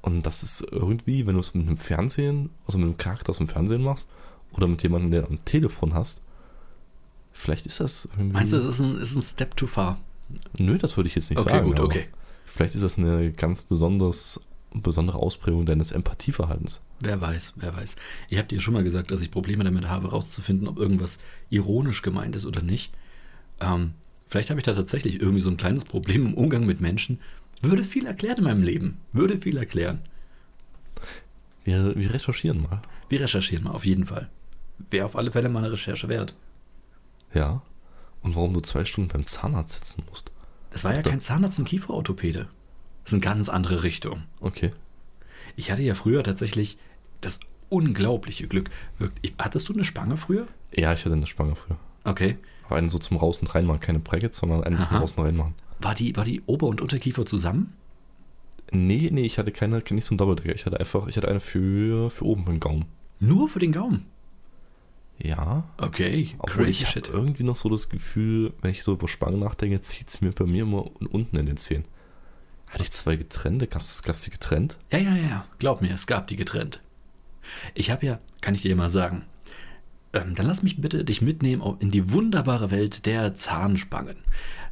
[SPEAKER 1] Und das ist irgendwie, wenn du es mit einem Fernsehen, also mit einem Charakter aus dem Fernsehen machst oder mit jemandem, den du am Telefon hast, vielleicht ist das irgendwie...
[SPEAKER 2] meinst du, es ist ein, ist ein Step too far?
[SPEAKER 1] Nö, das würde ich jetzt nicht
[SPEAKER 2] okay,
[SPEAKER 1] sagen.
[SPEAKER 2] gut,
[SPEAKER 1] aber
[SPEAKER 2] okay.
[SPEAKER 1] Vielleicht ist das eine ganz besonders, besondere Ausprägung deines Empathieverhaltens.
[SPEAKER 2] Wer weiß, wer weiß. Ich habe dir schon mal gesagt, dass ich Probleme damit habe, rauszufinden, ob irgendwas ironisch gemeint ist oder nicht. Ähm, vielleicht habe ich da tatsächlich irgendwie so ein kleines Problem im Umgang mit Menschen. Würde viel erklärt in meinem Leben. Würde viel erklären.
[SPEAKER 1] Wir, wir recherchieren mal.
[SPEAKER 2] Wir recherchieren mal auf jeden Fall. Wäre auf alle Fälle mal eine Recherche wert.
[SPEAKER 1] Ja. Und warum du zwei Stunden beim Zahnarzt sitzen musst.
[SPEAKER 2] Das war ja kein Zahnarzt, ein Kieferorthopäde. Das ist eine ganz andere Richtung.
[SPEAKER 1] Okay.
[SPEAKER 2] Ich hatte ja früher tatsächlich das unglaubliche Glück. Wirkt- Ich, hattest du eine Spange früher?
[SPEAKER 1] Ja, ich hatte eine Spange früher.
[SPEAKER 2] Okay.
[SPEAKER 1] Aber einen so zum Raus- und Reinmachen. Keine Brackets, sondern einen zum
[SPEAKER 2] Aha.
[SPEAKER 1] Raus- und Reinmachen.
[SPEAKER 2] War die, war die Ober- und Unterkiefer zusammen?
[SPEAKER 1] Nee, nee, ich hatte keine, nicht so einen Doppeldecker. Ich hatte einfach, ich hatte eine für, für oben beim Gaumen.
[SPEAKER 2] Nur für den Gaumen.
[SPEAKER 1] Ja.
[SPEAKER 2] Okay,
[SPEAKER 1] Obwohl
[SPEAKER 2] crazy
[SPEAKER 1] ich hab
[SPEAKER 2] shit.
[SPEAKER 1] irgendwie noch so das Gefühl, wenn ich so über Spangen nachdenke, zieht es mir bei mir immer unten in den Zehen. Hatte ich zwei getrennte? Gab es gab's die getrennt?
[SPEAKER 2] Ja, ja, ja. Glaub mir, es gab die getrennt. Ich habe ja, kann ich dir mal sagen, ähm, dann lass mich bitte dich mitnehmen auf- in die wunderbare Welt der Zahnspangen.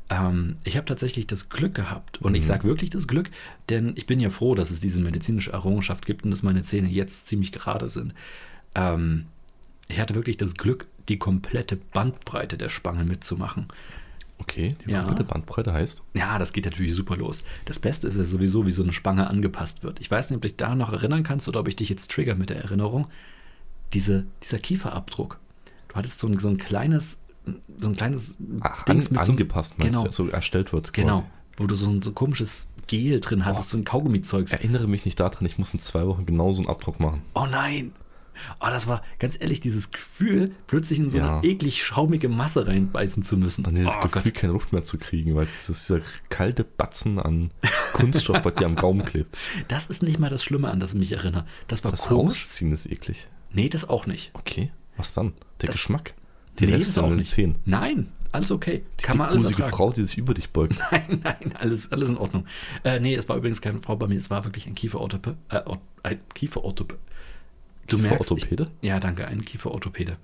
[SPEAKER 2] Ähm, ich habe tatsächlich das Glück gehabt
[SPEAKER 1] Mhm.
[SPEAKER 2] und ich sage wirklich das Glück, denn ich bin ja froh, dass es diese medizinische Errungenschaft gibt und dass meine Zähne jetzt ziemlich gerade sind. Ähm, ich hatte wirklich das Glück, die komplette Bandbreite der Spangen mitzumachen.
[SPEAKER 1] Okay. Die
[SPEAKER 2] Ja.
[SPEAKER 1] komplette Bandbreite heißt.
[SPEAKER 2] Ja, das geht natürlich super los. Das Beste ist ja sowieso, wie so eine Spange angepasst wird. Ich weiß nicht, ob du dich da noch erinnern kannst oder ob ich dich jetzt trigger mit der Erinnerung. Diese, dieser Kieferabdruck. Du hattest so ein, so ein kleines, so ein kleines
[SPEAKER 1] Ach, an,
[SPEAKER 2] so-
[SPEAKER 1] angepasst, meinst
[SPEAKER 2] genau,
[SPEAKER 1] du? So erstellt wird quasi.
[SPEAKER 2] Genau. Wo du so ein so ein komisches Gel drin hattest, so ein Kaugummi-Zeugs.
[SPEAKER 1] Erinnere mich nicht daran, ich muss in zwei Wochen genau so einen Abdruck machen.
[SPEAKER 2] Oh nein! Oh, das war ganz ehrlich, dieses Gefühl, plötzlich in so eine
[SPEAKER 1] Ja.
[SPEAKER 2] eklig schaumige Masse reinbeißen zu müssen.
[SPEAKER 1] Dann dieses
[SPEAKER 2] oh, Gott.
[SPEAKER 1] Gefühl, keine Luft mehr zu kriegen, weil dieses, dieser kalte Batzen an Kunststoff bei dir am Gaumen klebt.
[SPEAKER 2] Das ist nicht mal das Schlimme, an das ich mich erinnere. Das war
[SPEAKER 1] Das
[SPEAKER 2] komisch.
[SPEAKER 1] Rausziehen ist eklig.
[SPEAKER 2] Nee, das auch nicht.
[SPEAKER 1] Okay, was dann? Der
[SPEAKER 2] Das-
[SPEAKER 1] Geschmack. Die
[SPEAKER 2] Nee,
[SPEAKER 1] Reste
[SPEAKER 2] das auch
[SPEAKER 1] an den
[SPEAKER 2] nicht.
[SPEAKER 1] Zähnen.
[SPEAKER 2] Nein, Alles okay.
[SPEAKER 1] Die
[SPEAKER 2] Kann man alles
[SPEAKER 1] dickmusige
[SPEAKER 2] ertragen.
[SPEAKER 1] Frau, die sich über dich beugt.
[SPEAKER 2] Nein, nein, alles, alles in Ordnung. Äh, nee, es war übrigens keine Frau bei mir, es war wirklich ein Kieferorthopäde. Äh, Ort- ein Kieferorthopäde. Du merkst, ich,
[SPEAKER 1] Kieferorthopäde?
[SPEAKER 2] ja, danke, ein Kieferorthopäde.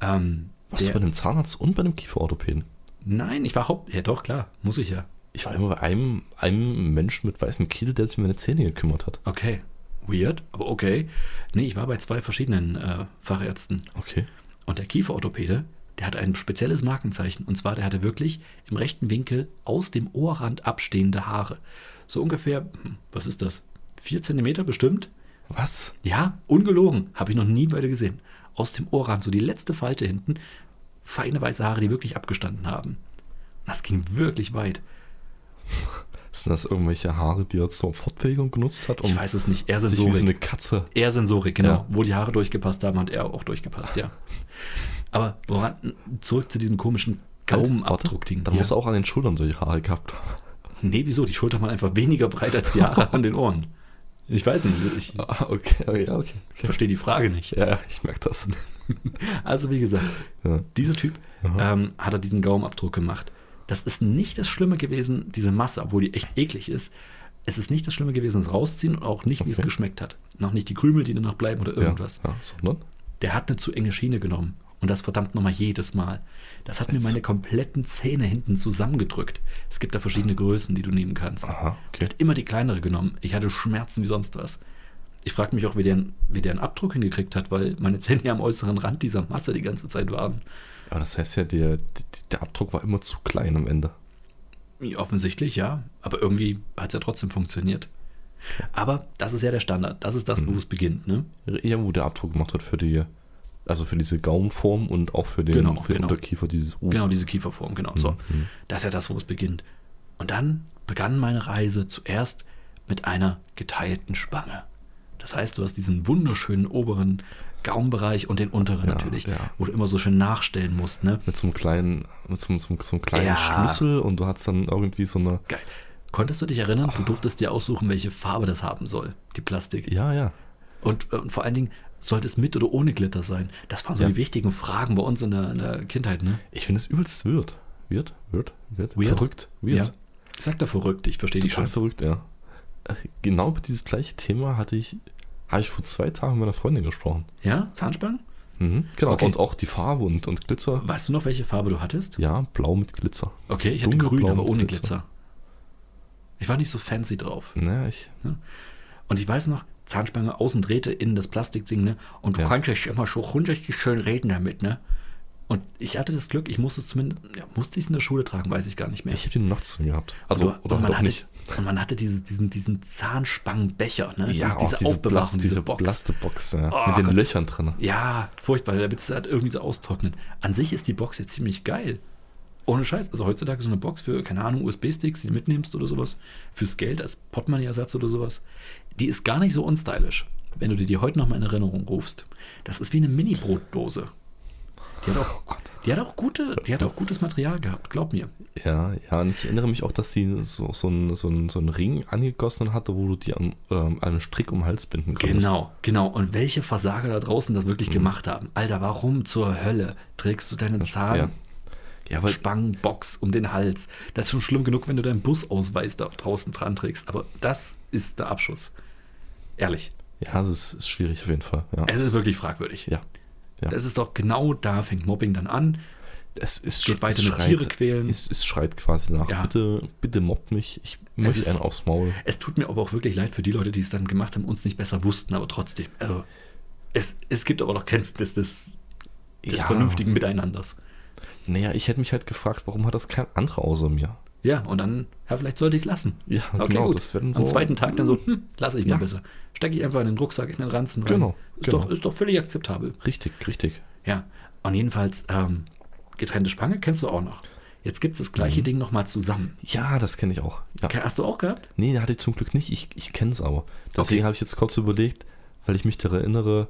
[SPEAKER 2] Ähm,
[SPEAKER 1] Warst du bei
[SPEAKER 2] der,
[SPEAKER 1] einem Zahnarzt und bei einem Kieferorthopäden?
[SPEAKER 2] nein, ich war Haupt... Ja doch, klar, muss ich ja.
[SPEAKER 1] Ich war immer bei einem, einem Menschen mit weißem Kittel, der sich um meine Zähne gekümmert hat.
[SPEAKER 2] Okay, weird, aber okay. Nee, ich war bei zwei verschiedenen äh, Fachärzten.
[SPEAKER 1] Okay.
[SPEAKER 2] Und der Kieferorthopäde, der hatte ein spezielles Markenzeichen. Und zwar, der hatte wirklich im rechten Winkel aus dem Ohrrand abstehende Haare. So ungefähr, hm, was ist das? Vier Zentimeter bestimmt?
[SPEAKER 1] Was?
[SPEAKER 2] Ja, ungelogen. Habe ich noch nie beide gesehen. Aus dem Ohrrand, so die letzte Falte hinten. Feine weiße Haare, die wirklich abgestanden haben. Und das ging wirklich weit.
[SPEAKER 1] Sind das irgendwelche Haare, die er zur Fortbewegung genutzt hat,
[SPEAKER 2] Ich
[SPEAKER 1] um
[SPEAKER 2] weiß es nicht. Er
[SPEAKER 1] sich wie so
[SPEAKER 2] Sensorik.
[SPEAKER 1] eine Katze
[SPEAKER 2] Er Sensorik, genau.
[SPEAKER 1] Ja.
[SPEAKER 2] Wo die Haare durchgepasst haben, hat er auch durchgepasst, ja. Aber woran, zurück zu diesem komischen Gaumenabdruck-Ding.
[SPEAKER 1] Dann muss er auch an den Schultern solche Haare gehabt haben.
[SPEAKER 2] Nee, wieso? Die Schultern waren einfach weniger breit als die Haare an den Ohren. Ich weiß nicht, ich
[SPEAKER 1] Ah, okay, ja, okay. okay.
[SPEAKER 2] verstehe die Frage nicht.
[SPEAKER 1] Ja, ja, ich merke das.
[SPEAKER 2] Also wie gesagt,
[SPEAKER 1] Ja.
[SPEAKER 2] dieser Typ
[SPEAKER 1] Aha.
[SPEAKER 2] ähm, hat er diesen Gaumenabdruck gemacht. Das ist nicht das Schlimme gewesen, diese Masse, obwohl die echt eklig ist. Es ist nicht das Schlimme gewesen, das rausziehen und auch nicht, wie es
[SPEAKER 1] Okay.
[SPEAKER 2] geschmeckt hat. Noch nicht die Krümel, die danach bleiben oder irgendwas.
[SPEAKER 1] Ja, ja, sondern?
[SPEAKER 2] Der hat eine zu enge Schiene genommen. Und das verdammt nochmal jedes Mal. Das hat mir
[SPEAKER 1] Jetzt.
[SPEAKER 2] meine kompletten Zähne hinten zusammengedrückt. Es gibt da
[SPEAKER 1] Ah.
[SPEAKER 2] verschiedene Größen, die du nehmen kannst.
[SPEAKER 1] Aha, okay.
[SPEAKER 2] hat immer die kleinere genommen. Ich hatte Schmerzen wie sonst was. Ich frage mich auch, wie der, wie der einen Abdruck hingekriegt hat, weil meine Zähne ja am äußeren Rand dieser Masse die ganze Zeit waren.
[SPEAKER 1] Aber das heißt ja, der, der- der Abdruck war immer zu klein am Ende.
[SPEAKER 2] Ja, Offensichtlich, ja. Aber irgendwie hat es ja trotzdem funktioniert. Aber das ist ja der Standard. Das ist das,
[SPEAKER 1] Mhm.
[SPEAKER 2] wo es beginnt, ne?
[SPEAKER 1] Ja, wo der Abdruck gemacht wird für die, also für diese Gaumenform und auch für den,
[SPEAKER 2] Genau,
[SPEAKER 1] für den
[SPEAKER 2] genau.
[SPEAKER 1] Unterkiefer, dieses U.
[SPEAKER 2] Genau, diese Kieferform, genau. So.
[SPEAKER 1] Mhm.
[SPEAKER 2] Das ist ja das, wo es beginnt. Und dann begann meine Reise zuerst mit einer geteilten Spange. Das heißt, du hast diesen wunderschönen oberen Gaumenbereich und den unteren
[SPEAKER 1] Ja,
[SPEAKER 2] natürlich,
[SPEAKER 1] ja.
[SPEAKER 2] wo du immer so schön nachstellen musst, ne?
[SPEAKER 1] Mit so einem kleinen, mit so, einem- so, einem- so einem kleinen
[SPEAKER 2] Ja.
[SPEAKER 1] Schlüssel und du hast dann irgendwie so eine.
[SPEAKER 2] Geil. Konntest du dich erinnern,
[SPEAKER 1] Ah.
[SPEAKER 2] du durftest dir aussuchen, welche Farbe das haben soll, die Plastik.
[SPEAKER 1] Ja, ja.
[SPEAKER 2] Und, äh, und vor allen Dingen, sollte es mit oder ohne Glitter sein? Das waren so
[SPEAKER 1] Ja.
[SPEAKER 2] die wichtigen Fragen bei uns in der, in der Kindheit, ne?
[SPEAKER 1] Ich finde es übelst weird. Weird? Weird? Weird?
[SPEAKER 2] Weird?
[SPEAKER 1] Verrückt. Weird.
[SPEAKER 2] Ja. Ich sag da verrückt, ich verstehe die
[SPEAKER 1] Total
[SPEAKER 2] schon.
[SPEAKER 1] verrückt, ja. Äh, Genau über dieses gleiche Thema hatte ich, habe ich vor zwei Tagen mit meiner Freundin gesprochen.
[SPEAKER 2] Ja, Zahnspangen?
[SPEAKER 1] Mhm, genau.
[SPEAKER 2] Okay.
[SPEAKER 1] Und auch die Farbe und, und Glitzer.
[SPEAKER 2] Weißt du noch, welche Farbe du hattest?
[SPEAKER 1] Ja, blau mit Glitzer.
[SPEAKER 2] Okay, ich hatte
[SPEAKER 1] Dunkelblau
[SPEAKER 2] grün, aber
[SPEAKER 1] mit
[SPEAKER 2] ohne
[SPEAKER 1] Glitzer.
[SPEAKER 2] Glitzer. Ich war nicht so fancy drauf.
[SPEAKER 1] Naja, ich.
[SPEAKER 2] Und ich weiß noch, Zahnspange außen drehte in das Plastikding, ne? Und du
[SPEAKER 1] Ja.
[SPEAKER 2] konntest immer schon richtig schön reden damit, ne? Und ich hatte das Glück, ich musste es zumindest, ja, musste ich es in der Schule tragen, weiß ich gar nicht mehr.
[SPEAKER 1] Ich habe den nachts drin gehabt. Also, oder
[SPEAKER 2] Und- und man
[SPEAKER 1] halt auch
[SPEAKER 2] hatte,
[SPEAKER 1] nicht.
[SPEAKER 2] Und man hatte diese, diesen, diesen Zahnspangenbecher, ne?
[SPEAKER 1] Ja,
[SPEAKER 2] diese,
[SPEAKER 1] auch diese
[SPEAKER 2] Aufbewahrung,
[SPEAKER 1] Plast-
[SPEAKER 2] diese
[SPEAKER 1] diese
[SPEAKER 2] Box.
[SPEAKER 1] Plastebox, ja.
[SPEAKER 2] Oh
[SPEAKER 1] mit den
[SPEAKER 2] Gott.
[SPEAKER 1] Löchern drin.
[SPEAKER 2] Ja, furchtbar, damit es halt irgendwie so austrocknet. An sich ist die Box jetzt ziemlich geil. Ohne Scheiß. Also heutzutage so eine Box für, keine Ahnung, USB-Sticks, die du mitnimmst oder sowas, fürs Geld als Portemonnaie-Ersatz oder sowas, die ist gar nicht so unstylisch, wenn du dir die heute nochmal in Erinnerung rufst. Das ist wie eine Mini-Brotdose. Die
[SPEAKER 1] Oh
[SPEAKER 2] hat auch, die hat auch, gute, die hat auch gutes Material gehabt, glaub mir.
[SPEAKER 1] Ja, ja, und ich erinnere mich auch, dass die so, so, einen, so, einen, so einen Ring angegossen hatte, wo du die an ähm, einem Strick um den Hals binden konntest.
[SPEAKER 2] Genau, genau. Und welche Versager da draußen das
[SPEAKER 1] Mhm.
[SPEAKER 2] wirklich gemacht haben. Alter, warum zur Hölle trägst du deine
[SPEAKER 1] Ja.
[SPEAKER 2] Zahn?
[SPEAKER 1] Ja, weil
[SPEAKER 2] Spangenbox um den Hals. Das ist schon schlimm genug, wenn du deinen Busausweis da draußen dran trägst. Aber das ist der Abschuss. Ehrlich.
[SPEAKER 1] ja, es ist, ist schwierig auf jeden Fall. Ja,
[SPEAKER 2] Es ist wirklich fragwürdig.
[SPEAKER 1] Ja. ja.
[SPEAKER 2] Das ist doch genau da fängt Mobbing dann an.
[SPEAKER 1] Es ist
[SPEAKER 2] Geht
[SPEAKER 1] sch-
[SPEAKER 2] weiter
[SPEAKER 1] es
[SPEAKER 2] mit Tiere quälen.
[SPEAKER 1] Es, es schreit quasi nach.
[SPEAKER 2] Ja.
[SPEAKER 1] Bitte, bitte mobbt mich. Ich möchte
[SPEAKER 2] ist-
[SPEAKER 1] einen aufs Maul.
[SPEAKER 2] Es tut mir aber auch wirklich leid für die Leute, die es dann gemacht haben, uns nicht besser wussten, aber trotzdem. Also, es, es gibt aber noch Kenntnis des, des
[SPEAKER 1] Ja.
[SPEAKER 2] vernünftigen Miteinanders.
[SPEAKER 1] Naja, ich hätte mich halt gefragt, warum hat das kein anderer außer mir?
[SPEAKER 2] Ja, und dann, ja, vielleicht sollte ich es lassen.
[SPEAKER 1] Ja,
[SPEAKER 2] Okay,
[SPEAKER 1] genau,
[SPEAKER 2] gut.
[SPEAKER 1] das wäre dann
[SPEAKER 2] Am
[SPEAKER 1] so-
[SPEAKER 2] zweiten Tag dann so, hm, lasse ich mal
[SPEAKER 1] Ja.
[SPEAKER 2] besser. Stecke ich einfach in den Rucksack, in den Ranzen rein.
[SPEAKER 1] Genau,
[SPEAKER 2] Ist,
[SPEAKER 1] genau.
[SPEAKER 2] Doch, ist doch völlig akzeptabel.
[SPEAKER 1] Richtig, richtig.
[SPEAKER 2] Ja, und jedenfalls, ähm, getrennte Spange kennst du auch noch. Jetzt gibt es das gleiche Ding nochmal zusammen.
[SPEAKER 1] Ja, das kenne ich auch. Mhm. Ja.
[SPEAKER 2] Ke- Hast du auch gehabt?
[SPEAKER 1] Nee, hatte ich zum Glück nicht. Ich, ich kenne es aber. Deswegen
[SPEAKER 2] Okay.
[SPEAKER 1] habe ich jetzt kurz überlegt, weil ich mich daran erinnere,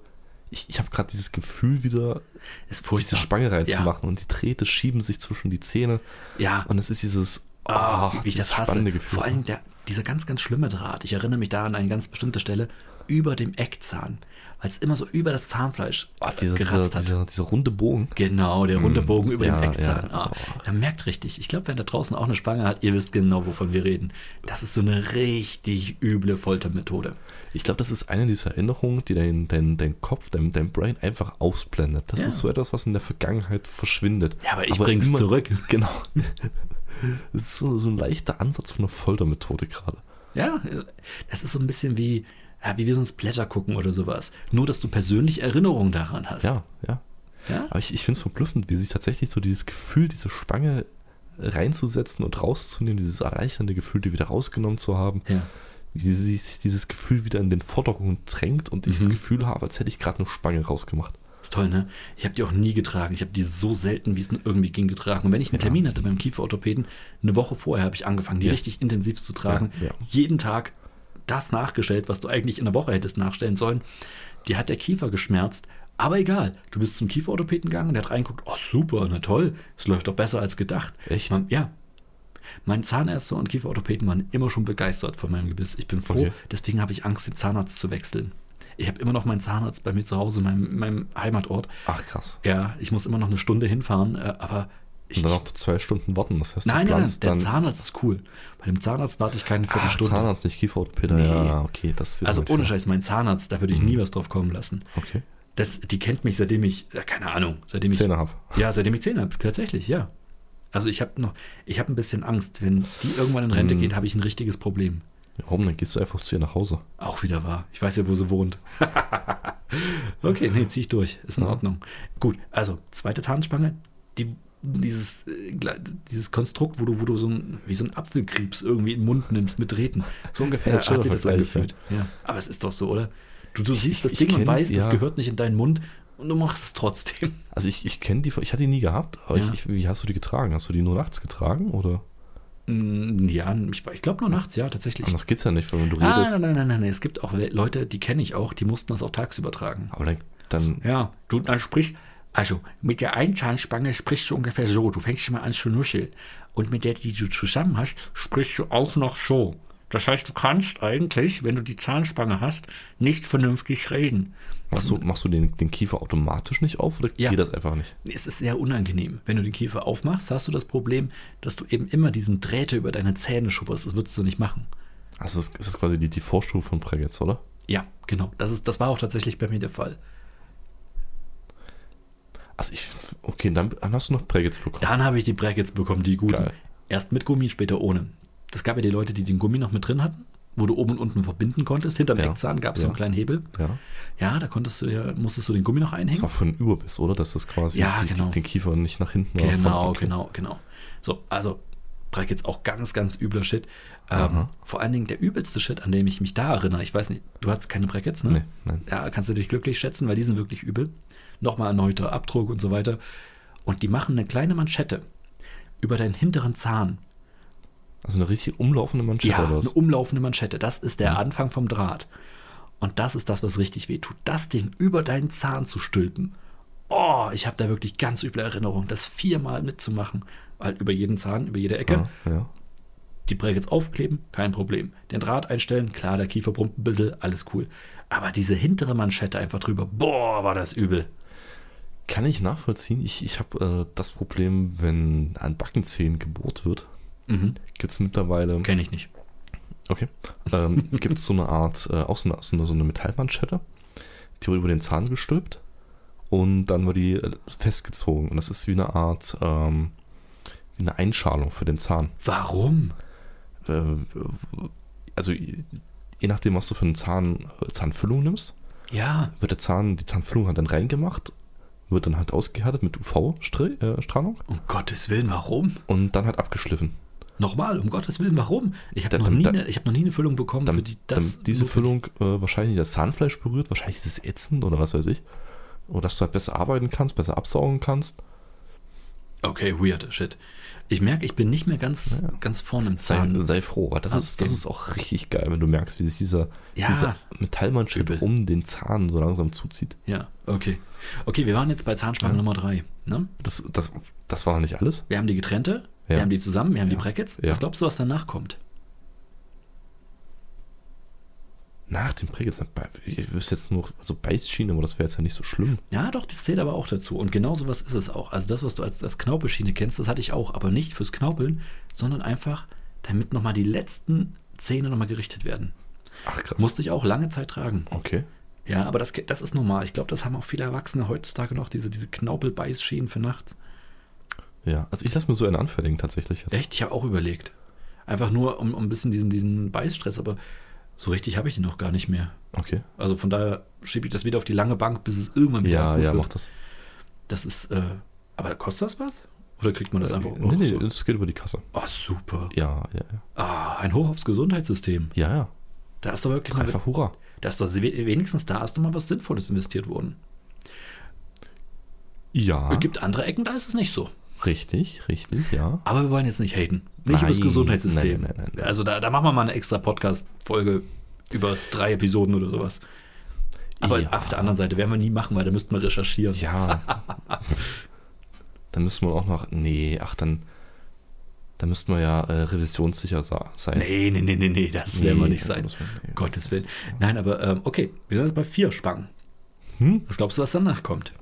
[SPEAKER 1] ich, ich habe gerade dieses Gefühl wieder,
[SPEAKER 2] Ist
[SPEAKER 1] diese Spange
[SPEAKER 2] ja.
[SPEAKER 1] reinzumachen und die Drähte schieben sich zwischen die Zähne
[SPEAKER 2] Ja,
[SPEAKER 1] und es ist dieses Ah,
[SPEAKER 2] wie ich
[SPEAKER 1] dieses
[SPEAKER 2] das hasse.
[SPEAKER 1] spannende Gefühl.
[SPEAKER 2] Vor allem der, dieser ganz, ganz schlimme Draht. Ich erinnere mich da an eine ganz bestimmte Stelle über dem Eckzahn, weil es immer so über das Zahnfleisch
[SPEAKER 1] Ah,
[SPEAKER 2] äh,
[SPEAKER 1] dieser, dieser,
[SPEAKER 2] geratzt hat.
[SPEAKER 1] dieser, dieser runde Bogen.
[SPEAKER 2] Genau, der runde Bogen über
[SPEAKER 1] ja,
[SPEAKER 2] dem Eckzahn.
[SPEAKER 1] ja.
[SPEAKER 2] Ah, man merkt richtig. Ich glaube, wer da draußen auch eine Spange hat, ihr wisst genau, wovon wir reden. Das ist so eine richtig üble Foltermethode.
[SPEAKER 1] Ich glaube, das ist eine dieser Erinnerungen, die dein, dein, dein Kopf, dein, dein Brain einfach ausblendet. Das
[SPEAKER 2] Ja.
[SPEAKER 1] ist so etwas, was in der Vergangenheit verschwindet.
[SPEAKER 2] Ja, aber ich bring's
[SPEAKER 1] immer-
[SPEAKER 2] zurück.
[SPEAKER 1] Genau. Das ist so, so ein leichter Ansatz von einer Foltermethode gerade.
[SPEAKER 2] Ja, das ist so ein bisschen wie, ja, wie wir sonst Blätter gucken oder sowas. Nur, dass du persönlich Erinnerung daran hast.
[SPEAKER 1] Ja, ja.
[SPEAKER 2] ja?
[SPEAKER 1] Aber ich, ich finde es verblüffend, wie sich tatsächlich so dieses Gefühl, diese Spange reinzusetzen und rauszunehmen, dieses erleichternde Gefühl, die wieder rausgenommen zu haben,
[SPEAKER 2] ja.
[SPEAKER 1] wie sich dieses Gefühl wieder in den Vordergrund drängt und ich das
[SPEAKER 2] Mhm.
[SPEAKER 1] Gefühl habe, als hätte ich gerade eine Spange rausgemacht.
[SPEAKER 2] Ist toll, ne? Ich habe die auch nie getragen. Ich habe die so selten, wie es nur irgendwie ging, getragen. Und wenn ich einen
[SPEAKER 1] Ja.
[SPEAKER 2] Termin hatte beim Kieferorthopäden, eine Woche vorher habe ich angefangen, die
[SPEAKER 1] Ja.
[SPEAKER 2] richtig intensiv zu tragen.
[SPEAKER 1] Ja, ja.
[SPEAKER 2] Jeden Tag das nachgestellt, was du eigentlich in der Woche hättest nachstellen sollen. Die hat der Kiefer geschmerzt. Aber egal, du bist zum Kieferorthopäden gegangen und der hat reingeguckt, oh super, na toll, es läuft doch besser als gedacht.
[SPEAKER 1] Echt?
[SPEAKER 2] Man, ja. Mein Zahnärzte und Kieferorthopäden waren immer schon begeistert von meinem Gebiss. Ich bin froh,
[SPEAKER 1] Okay.
[SPEAKER 2] deswegen habe ich Angst, den Zahnarzt zu wechseln. Ich habe immer noch meinen Zahnarzt bei mir zu Hause, meinem, meinem Heimatort.
[SPEAKER 1] Ach krass.
[SPEAKER 2] Ja, ich muss immer noch eine Stunde hinfahren, äh, aber ich.
[SPEAKER 1] Und dann noch zwei Stunden warten. Das heißt, du
[SPEAKER 2] nein, nein, nein,
[SPEAKER 1] planst
[SPEAKER 2] der
[SPEAKER 1] dann.
[SPEAKER 2] Zahnarzt ist cool. Bei dem Zahnarzt warte ich keine
[SPEAKER 1] Ach,
[SPEAKER 2] Viertelstunde.
[SPEAKER 1] Zahnarzt, nicht Kieferorthopäde.
[SPEAKER 2] Nee.
[SPEAKER 1] Ja, okay, das ist Mhm. wieder
[SPEAKER 2] also
[SPEAKER 1] mein
[SPEAKER 2] ohne
[SPEAKER 1] Fehler.
[SPEAKER 2] Scheiß, mein Zahnarzt, da würde ich nie was drauf kommen lassen.
[SPEAKER 1] Okay.
[SPEAKER 2] Das, die kennt mich, seitdem ich, ja, keine Ahnung, seitdem ich.
[SPEAKER 1] Zähne habe.
[SPEAKER 2] Ja, seitdem ich Zähne habe, tatsächlich, ja. Also ich habe noch, ich habe ein bisschen Angst, wenn die irgendwann in Rente
[SPEAKER 1] Hm.
[SPEAKER 2] geht, habe ich ein richtiges Problem.
[SPEAKER 1] Warum? Dann gehst du einfach zu ihr nach Hause.
[SPEAKER 2] Auch wieder wahr. Ich weiß ja, wo sie wohnt. okay, nee, zieh ich durch. Ist in
[SPEAKER 1] Ja.
[SPEAKER 2] Ordnung. Gut, also zweite Tarnspange, die, dieses, äh, gle- dieses Konstrukt, wo du, wo du so ein, wie so ein Apfelkrebs irgendwie in den Mund nimmst mit Reden. So ungefähr
[SPEAKER 1] Ja, schöner
[SPEAKER 2] hat sich das
[SPEAKER 1] Vergleich,
[SPEAKER 2] angefühlt. Ja. Aber es ist doch so, oder? Du, du siehst das
[SPEAKER 1] ich
[SPEAKER 2] Ding und
[SPEAKER 1] kenn-
[SPEAKER 2] weißt, das
[SPEAKER 1] ja.
[SPEAKER 2] gehört nicht in deinen Mund und du machst es trotzdem.
[SPEAKER 1] Also ich, ich kenne die, ich hatte die nie gehabt, aber
[SPEAKER 2] Ja.
[SPEAKER 1] ich, ich, wie hast du die getragen? Hast du die nur nachts getragen oder?
[SPEAKER 2] Mm, Ja, ich, ich glaube nur nachts, ja, tatsächlich.
[SPEAKER 1] Anders geht's ja nicht, wenn du
[SPEAKER 2] Ah,
[SPEAKER 1] redest.
[SPEAKER 2] nein, nein, nein, nein, nein. Es gibt auch Le- Leute, die kenne ich auch, die mussten das auch tagsüber tragen.
[SPEAKER 1] Aber dann, dann
[SPEAKER 2] Ja, du dann sprich, also mit der einen Zahnspange sprichst du ungefähr so, du fängst immer an zu nuscheln. Und mit der, die du zusammen hast, sprichst du auch noch so. Das heißt, du kannst eigentlich, wenn du die Zahnspange hast, nicht vernünftig reden.
[SPEAKER 1] machst du, machst du den, den Kiefer automatisch nicht auf oder
[SPEAKER 2] Ja.
[SPEAKER 1] geht das einfach nicht?
[SPEAKER 2] Es ist sehr unangenehm. Wenn du den Kiefer aufmachst, hast du das Problem, dass du eben immer diesen Drähte über deine Zähne schubberst. Das würdest du nicht machen.
[SPEAKER 1] Also das ist das quasi die, die Vorstufe von Prägenz, oder?
[SPEAKER 2] Ja, genau. Das, ist, das war auch tatsächlich bei mir der Fall.
[SPEAKER 1] Also ich, okay, dann, dann hast du noch Prägenz bekommen.
[SPEAKER 2] Dann habe ich die Brackets bekommen, die guten.
[SPEAKER 1] Geil.
[SPEAKER 2] Erst mit Gummi, später ohne. Das gab ja die Leute, die den Gummi noch mit drin hatten, wo du oben und unten verbinden konntest. Hinterm
[SPEAKER 1] Ja.
[SPEAKER 2] Eckzahn gab es so
[SPEAKER 1] Ja.
[SPEAKER 2] einen kleinen Hebel.
[SPEAKER 1] ja.
[SPEAKER 2] Ja, da konntest du ja, musstest du den Gummi noch
[SPEAKER 1] Das
[SPEAKER 2] einhängen.
[SPEAKER 1] war für einen Überbiss, oder? Dass das quasi
[SPEAKER 2] Ja,
[SPEAKER 1] die,
[SPEAKER 2] genau.
[SPEAKER 1] die, den Kiefer nicht nach hinten oder nach
[SPEAKER 2] Genau,
[SPEAKER 1] vorne- okay.
[SPEAKER 2] genau, genau. So, also Brackets auch ganz, ganz übler Shit. Ähm,
[SPEAKER 1] Aha.
[SPEAKER 2] vor allen Dingen der übelste Shit, an dem ich mich da erinnere. Ich weiß nicht, du hattest keine Brackets, ne?
[SPEAKER 1] Nee, nein.
[SPEAKER 2] Ja, kannst du dich glücklich schätzen, weil die sind wirklich übel. Nochmal erneuter Abdruck und so weiter. Und die machen eine kleine Manschette über deinen hinteren Zahn.
[SPEAKER 1] Also eine richtig umlaufende Manschette
[SPEAKER 2] Ja,
[SPEAKER 1] oder
[SPEAKER 2] eine
[SPEAKER 1] was?
[SPEAKER 2] umlaufende Manschette. Das ist der
[SPEAKER 1] Mhm.
[SPEAKER 2] Anfang vom Draht. Und das ist das, was richtig weh tut. Das Ding über deinen Zahn zu stülpen. Oh, ich habe da wirklich ganz üble Erinnerungen, das viermal mitzumachen. Halt über jeden Zahn, über jede Ecke.
[SPEAKER 1] ja, ja.
[SPEAKER 2] Die Brackets aufkleben, kein Problem. Den Draht einstellen, klar, der Kiefer brummt ein bisschen, alles cool. Aber diese hintere Manschette einfach drüber, boah, war das übel.
[SPEAKER 1] Kann ich nachvollziehen. Ich, ich habe äh, das Problem, wenn an Backenzähnen gebohrt wird,
[SPEAKER 2] Mhm.
[SPEAKER 1] gibt es mittlerweile
[SPEAKER 2] Kenne ich nicht.
[SPEAKER 1] okay, ähm, gibt's so eine Art, äh, auch so eine, so eine, so eine Metallmanschette, die wird über den Zahn gestülpt und dann wird die äh, festgezogen. Und das ist wie eine Art ähm, wie eine Einschalung für den Zahn.
[SPEAKER 2] Warum?
[SPEAKER 1] Äh, also je je nachdem, was du für eine Zahn, äh, Zahnfüllung nimmst,
[SPEAKER 2] Ja,
[SPEAKER 1] wird der Zahn, die Zahnfüllung hat dann reingemacht, wird dann halt ausgehärtet mit UV-Strahlung
[SPEAKER 2] um Gottes Willen, warum?
[SPEAKER 1] äh, und dann halt abgeschliffen.
[SPEAKER 2] Nochmal, um Gottes Willen, warum? Ich habe
[SPEAKER 1] Da-
[SPEAKER 2] noch,
[SPEAKER 1] dam-
[SPEAKER 2] nie
[SPEAKER 1] da-
[SPEAKER 2] ne- ich hab noch nie eine Füllung bekommen,
[SPEAKER 1] Damit,
[SPEAKER 2] für die das.
[SPEAKER 1] damit diese
[SPEAKER 2] notwendig
[SPEAKER 1] Füllung äh, wahrscheinlich das Zahnfleisch berührt, wahrscheinlich ist es ätzend oder was weiß ich. Oder dass du halt besser arbeiten kannst, besser absaugen kannst.
[SPEAKER 2] Okay, weird shit. Ich merke, ich bin nicht mehr ganz,
[SPEAKER 1] Ja.
[SPEAKER 2] ganz vorne im
[SPEAKER 1] Sei,
[SPEAKER 2] Zahn.
[SPEAKER 1] sei froh, weil das, ist, das
[SPEAKER 2] Okay.
[SPEAKER 1] ist auch richtig geil, wenn du merkst, wie sich dieser,
[SPEAKER 2] Ja.
[SPEAKER 1] dieser Metallmanschette
[SPEAKER 2] Übel.
[SPEAKER 1] um den Zahn so langsam zuzieht.
[SPEAKER 2] Ja, okay. Okay, wir waren jetzt bei Zahnspange Nummer 3. Ne?
[SPEAKER 1] Das, das, das war nicht alles.
[SPEAKER 2] Wir haben die getrennte,
[SPEAKER 1] Ja.
[SPEAKER 2] Wir haben die zusammen, wir haben
[SPEAKER 1] Ja.
[SPEAKER 2] die Brackets.
[SPEAKER 1] Ja.
[SPEAKER 2] Was glaubst du, was danach kommt?
[SPEAKER 1] Nach dem Prägels. Ich wüsste jetzt nur, also Beißschiene, aber das wäre jetzt ja nicht so schlimm.
[SPEAKER 2] Ja, doch, das zählt aber auch dazu. Und genau sowas ist es auch. Also das, was du als, als Knaupelschiene kennst, das hatte ich auch. Aber nicht fürs Knaupeln, sondern einfach, damit nochmal die letzten Zähne nochmal gerichtet werden.
[SPEAKER 1] Ach krass.
[SPEAKER 2] Musste ich auch lange Zeit tragen.
[SPEAKER 1] okay.
[SPEAKER 2] Ja, aber das, ke- das ist normal. Ich glaube, das haben auch viele Erwachsene heutzutage noch, diese, diese Knaupelbeißschienen für nachts.
[SPEAKER 1] Ja, also ich lasse mir so einen anfertigen tatsächlich jetzt.
[SPEAKER 2] Echt? Ich habe auch überlegt. Einfach nur um, um ein bisschen diesen, diesen Beißstress, aber so richtig habe ich den noch gar nicht mehr.
[SPEAKER 1] Okay.
[SPEAKER 2] Also von daher schiebe ich das wieder auf die lange Bank, bis es irgendwann wieder
[SPEAKER 1] Ja,
[SPEAKER 2] gut
[SPEAKER 1] ja,
[SPEAKER 2] wird.
[SPEAKER 1] mach das.
[SPEAKER 2] Das ist, äh, aber kostet das was? Oder kriegt man das einfach
[SPEAKER 1] Äh,
[SPEAKER 2] auch
[SPEAKER 1] nee, nee,
[SPEAKER 2] so?
[SPEAKER 1] das geht über die Kasse.
[SPEAKER 2] Oh, super.
[SPEAKER 1] Ja, ja, ja.
[SPEAKER 2] Ah, ein Hoch aufs Gesundheitssystem.
[SPEAKER 1] Ja, ja.
[SPEAKER 2] Da ist doch wirklich mal,
[SPEAKER 1] Dreifach Hurra.
[SPEAKER 2] da ist doch we- wenigstens da ist doch mal was Sinnvolles investiert worden.
[SPEAKER 1] Ja.
[SPEAKER 2] Es gibt andere Ecken, da ist es nicht so.
[SPEAKER 1] Richtig, richtig, ja.
[SPEAKER 2] Aber wir wollen jetzt nicht haten. Nicht über das
[SPEAKER 1] Nein,
[SPEAKER 2] Gesundheitssystem.
[SPEAKER 1] nein, nein, nein.
[SPEAKER 2] Also da, da machen wir mal eine extra Podcast-Folge über drei Episoden oder sowas. Aber
[SPEAKER 1] Ja.
[SPEAKER 2] auf der anderen Seite werden wir nie machen, weil da müssten wir recherchieren.
[SPEAKER 1] Ja. dann müssen wir auch noch. Nee, ach, dann. Dann müssten wir ja äh, revisionssicher sa- sein.
[SPEAKER 2] Nee, nee, nee, nee, nee, das werden wir
[SPEAKER 1] Nee,
[SPEAKER 2] nicht sein.
[SPEAKER 1] das wollen wir- nee.
[SPEAKER 2] Gottes Willen. Nein, aber ähm, okay, wir sind jetzt bei vier Spangen.
[SPEAKER 1] Hm?
[SPEAKER 2] Was glaubst du, was danach kommt?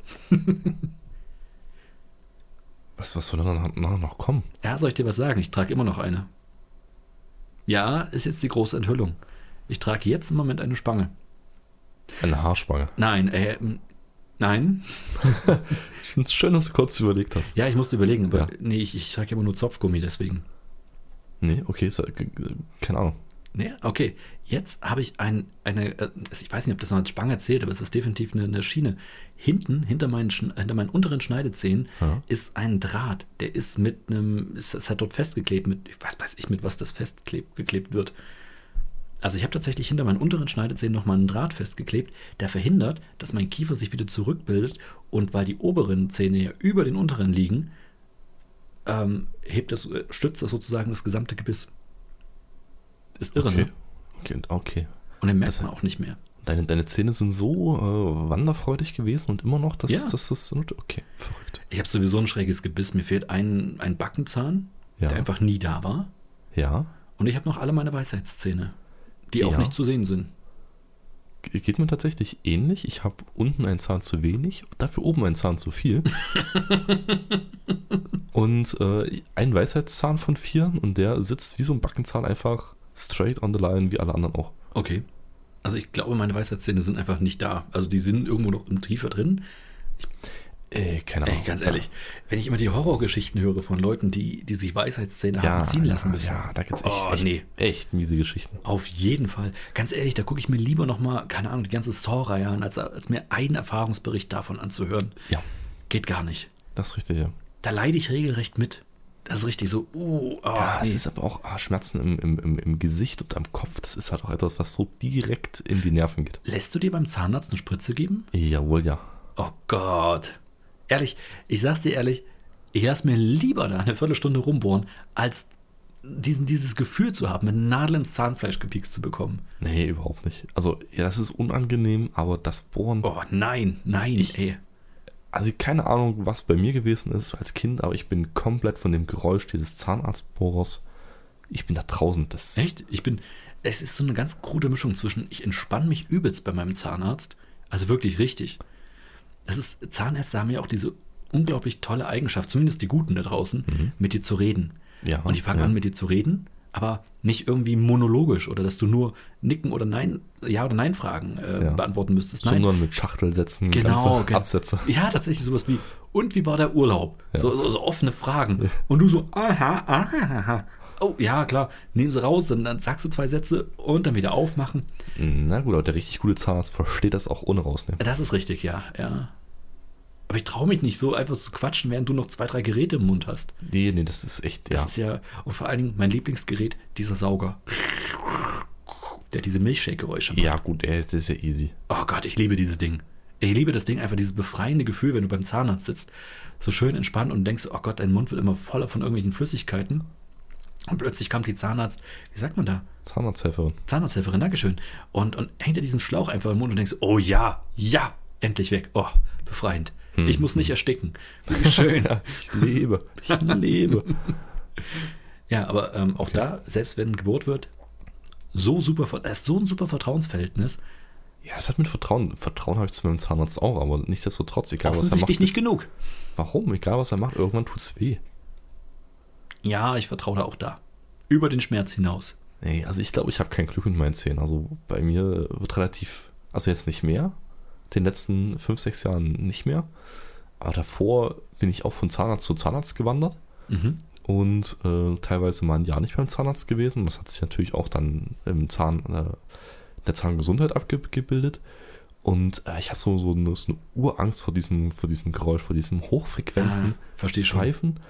[SPEAKER 1] Was, was soll denn danach noch, noch kommen?
[SPEAKER 2] Ja, soll ich dir was sagen? Ich trage immer noch eine. Ja, ist jetzt die große Enthüllung. Ich trage jetzt im Moment eine Spange.
[SPEAKER 1] Eine Haarspange.
[SPEAKER 2] Nein, äh, m- nein.
[SPEAKER 1] Ich finde es schön, dass du kurz überlegt hast.
[SPEAKER 2] Ja, ich musste überlegen, aber
[SPEAKER 1] Ja.
[SPEAKER 2] nee, ich, ich trage immer nur Zopfgummi, deswegen.
[SPEAKER 1] Nee, okay, ist, ja- g- g- keine Ahnung.
[SPEAKER 2] Nee, okay. Jetzt habe ich ein, eine, äh, ich weiß nicht, ob das noch als Spange zählt, aber es ist definitiv eine, eine Schiene. Hinten, hinter meinen, Schn- hinter meinen unteren Schneidezähnen,
[SPEAKER 1] Ja.
[SPEAKER 2] ist ein Draht. Der ist mit einem, ist, ist halt dort festgeklebt, mit, was weiß ich, mit was das festklebt, geklebt wird. Also ich habe tatsächlich hinter meinen unteren Schneidezähnen nochmal einen Draht festgeklebt, der verhindert, dass mein Kiefer sich wieder zurückbildet und weil die oberen Zähne ja über den unteren liegen, ähm, hebt das, äh, stützt das sozusagen das gesamte Gebiss. Ist irre,
[SPEAKER 1] Okay.
[SPEAKER 2] ne?
[SPEAKER 1] Okay, okay.
[SPEAKER 2] Und den merkt
[SPEAKER 1] Das-
[SPEAKER 2] man auch nicht mehr.
[SPEAKER 1] Deine, deine Zähne sind so äh, wanderfreudig gewesen und immer noch, dass
[SPEAKER 2] Ja.
[SPEAKER 1] dass das Okay, verrückt.
[SPEAKER 2] Ich habe sowieso ein schräges Gebiss. Mir fehlt ein, ein Backenzahn,
[SPEAKER 1] Ja.
[SPEAKER 2] der einfach nie da war.
[SPEAKER 1] Ja.
[SPEAKER 2] Und ich habe noch alle meine Weisheitszähne, die auch
[SPEAKER 1] Ja.
[SPEAKER 2] nicht zu sehen sind.
[SPEAKER 1] Ge- Geht mir tatsächlich ähnlich. Ich habe unten einen Zahn zu wenig, dafür oben einen Zahn zu viel. und äh, ein Weisheitszahn von vier und der sitzt wie so ein Backenzahn einfach straight on the line, wie alle anderen auch.
[SPEAKER 2] Okay. Also ich glaube, meine Weisheitszähne sind einfach nicht da. Also die sind irgendwo noch im Tiefer drin.
[SPEAKER 1] Ey, keine Ahnung.
[SPEAKER 2] Ey, ganz ehrlich, wenn ich immer die Horrorgeschichten höre von Leuten, die, die sich Weisheitszähne
[SPEAKER 1] Ja,
[SPEAKER 2] haben ziehen lassen müssen.
[SPEAKER 1] Ja, da gibt's echt,
[SPEAKER 2] Oh,
[SPEAKER 1] echt,
[SPEAKER 2] nee.
[SPEAKER 1] echt miese Geschichten.
[SPEAKER 2] Auf jeden Fall. Ganz ehrlich, da gucke ich mir lieber nochmal, keine Ahnung, die ganze Saw-Reihe an, als, als mir einen Erfahrungsbericht davon anzuhören.
[SPEAKER 1] Ja,
[SPEAKER 2] Geht gar nicht.
[SPEAKER 1] das ist richtig, ja.
[SPEAKER 2] Da leide ich regelrecht mit. Das ist richtig so, uh, oh,
[SPEAKER 1] Ja, es
[SPEAKER 2] nee.
[SPEAKER 1] ist aber auch ah, Schmerzen im, im, im, im Gesicht und am Kopf. Das ist halt auch etwas, was so direkt in die Nerven geht.
[SPEAKER 2] Lässt du dir beim Zahnarzt eine Spritze geben?
[SPEAKER 1] Jawohl, ja.
[SPEAKER 2] Oh Gott. Ehrlich, ich sag's dir ehrlich, ich lass mir lieber da eine Viertelstunde rumbohren, als diesen, dieses Gefühl zu haben, mit einer Nadel ins Zahnfleisch gepiekst zu bekommen.
[SPEAKER 1] Nee, überhaupt nicht. Also, ja, das ist unangenehm, aber das Bohren.
[SPEAKER 2] Oh nein, nein, ey.
[SPEAKER 1] Also, keine Ahnung, was bei mir gewesen ist als Kind, aber ich bin komplett von dem Geräusch dieses Zahnarztbohrers. Ich bin da draußen. Das
[SPEAKER 2] Echt? Ich bin. Es ist so eine ganz krude Mischung zwischen, ich entspanne mich übelst bei meinem Zahnarzt, also wirklich richtig. Das ist, Zahnärzte haben ja auch diese unglaublich tolle Eigenschaft, zumindest die guten da draußen, mit dir zu reden.
[SPEAKER 1] Mhm. Ja,
[SPEAKER 2] Und die fangen
[SPEAKER 1] ja.
[SPEAKER 2] an, mit dir zu reden, aber nicht irgendwie monologisch oder dass du nur nicken oder nein, ja oder nein Fragen äh,
[SPEAKER 1] Ja.
[SPEAKER 2] beantworten müsstest. Nein,
[SPEAKER 1] Sondern mit Schachtelsätzen,
[SPEAKER 2] Genau,
[SPEAKER 1] ganze
[SPEAKER 2] genau.
[SPEAKER 1] Absätze.
[SPEAKER 2] Ja, tatsächlich sowas wie, und wie war der Urlaub? So, so, so offene Fragen. Und du so, aha, aha, aha. Oh, ja, klar, nehmen sie raus, dann, dann sagst du zwei Sätze und dann wieder aufmachen.
[SPEAKER 1] Na gut, aber der richtig gute Zahnarzt versteht das auch ohne ne? rausnehmen.
[SPEAKER 2] Das ist richtig, ja, ja. Aber ich traue mich nicht so einfach zu quatschen, während du noch zwei, drei Geräte im Mund hast.
[SPEAKER 1] Nee, nee, das ist echt,
[SPEAKER 2] Das
[SPEAKER 1] ja.
[SPEAKER 2] ist ja, und vor allen Dingen mein Lieblingsgerät, dieser Sauger. Der diese Milchshake-Geräusche macht.
[SPEAKER 1] ja, gut, ey, das ist ja easy.
[SPEAKER 2] Oh Gott, ich liebe dieses Ding. Ich liebe das Ding, einfach dieses befreiende Gefühl, wenn du beim Zahnarzt sitzt, so schön entspannt und denkst, oh Gott, dein Mund wird immer voller von irgendwelchen Flüssigkeiten. Und plötzlich kommt die Zahnarzt, wie sagt man da?
[SPEAKER 1] Zahnarzthelferin.
[SPEAKER 2] Zahnarzthelferin, Dankeschön. Und, und hängt dir diesen Schlauch einfach im Mund und denkst, oh ja, ja, endlich weg. Oh,
[SPEAKER 1] Hm.
[SPEAKER 2] befreiend. Ich muss nicht ersticken. Wie schön.
[SPEAKER 1] Ich lebe. Ich lebe.
[SPEAKER 2] Ja, aber ähm, auch da, selbst wenn Geburt wird, so super, ver- das ist so ein super Vertrauensverhältnis.
[SPEAKER 1] Ja, es hat mit Vertrauen. Vertrauen habe ich zu meinem Zahnarzt auch, aber nichtsdestotrotz, egal was er macht.
[SPEAKER 2] Offensichtlich nicht
[SPEAKER 1] ist-
[SPEAKER 2] genug.
[SPEAKER 1] warum? Egal was er macht, irgendwann tut es weh.
[SPEAKER 2] Ja, ich vertraue da auch da. Über den Schmerz hinaus.
[SPEAKER 1] Nee, also ich glaube, ich habe kein Glück mit meinen Zähnen. Also bei mir wird relativ, also jetzt nicht mehr, den letzten fünf, sechs Jahren nicht mehr. Aber davor bin ich auch von Zahnarzt zu Zahnarzt gewandert
[SPEAKER 2] Mhm.
[SPEAKER 1] und äh, teilweise mal ein Jahr nicht beim Zahnarzt gewesen. Das hat sich natürlich auch dann im Zahn, äh, der Zahngesundheit abgebildet. Und äh, ich habe so, so, eine, so eine Urangst vor diesem, vor diesem Geräusch, vor diesem hochfrequenten
[SPEAKER 2] Ah, verstehe schon.
[SPEAKER 1] Schweifen.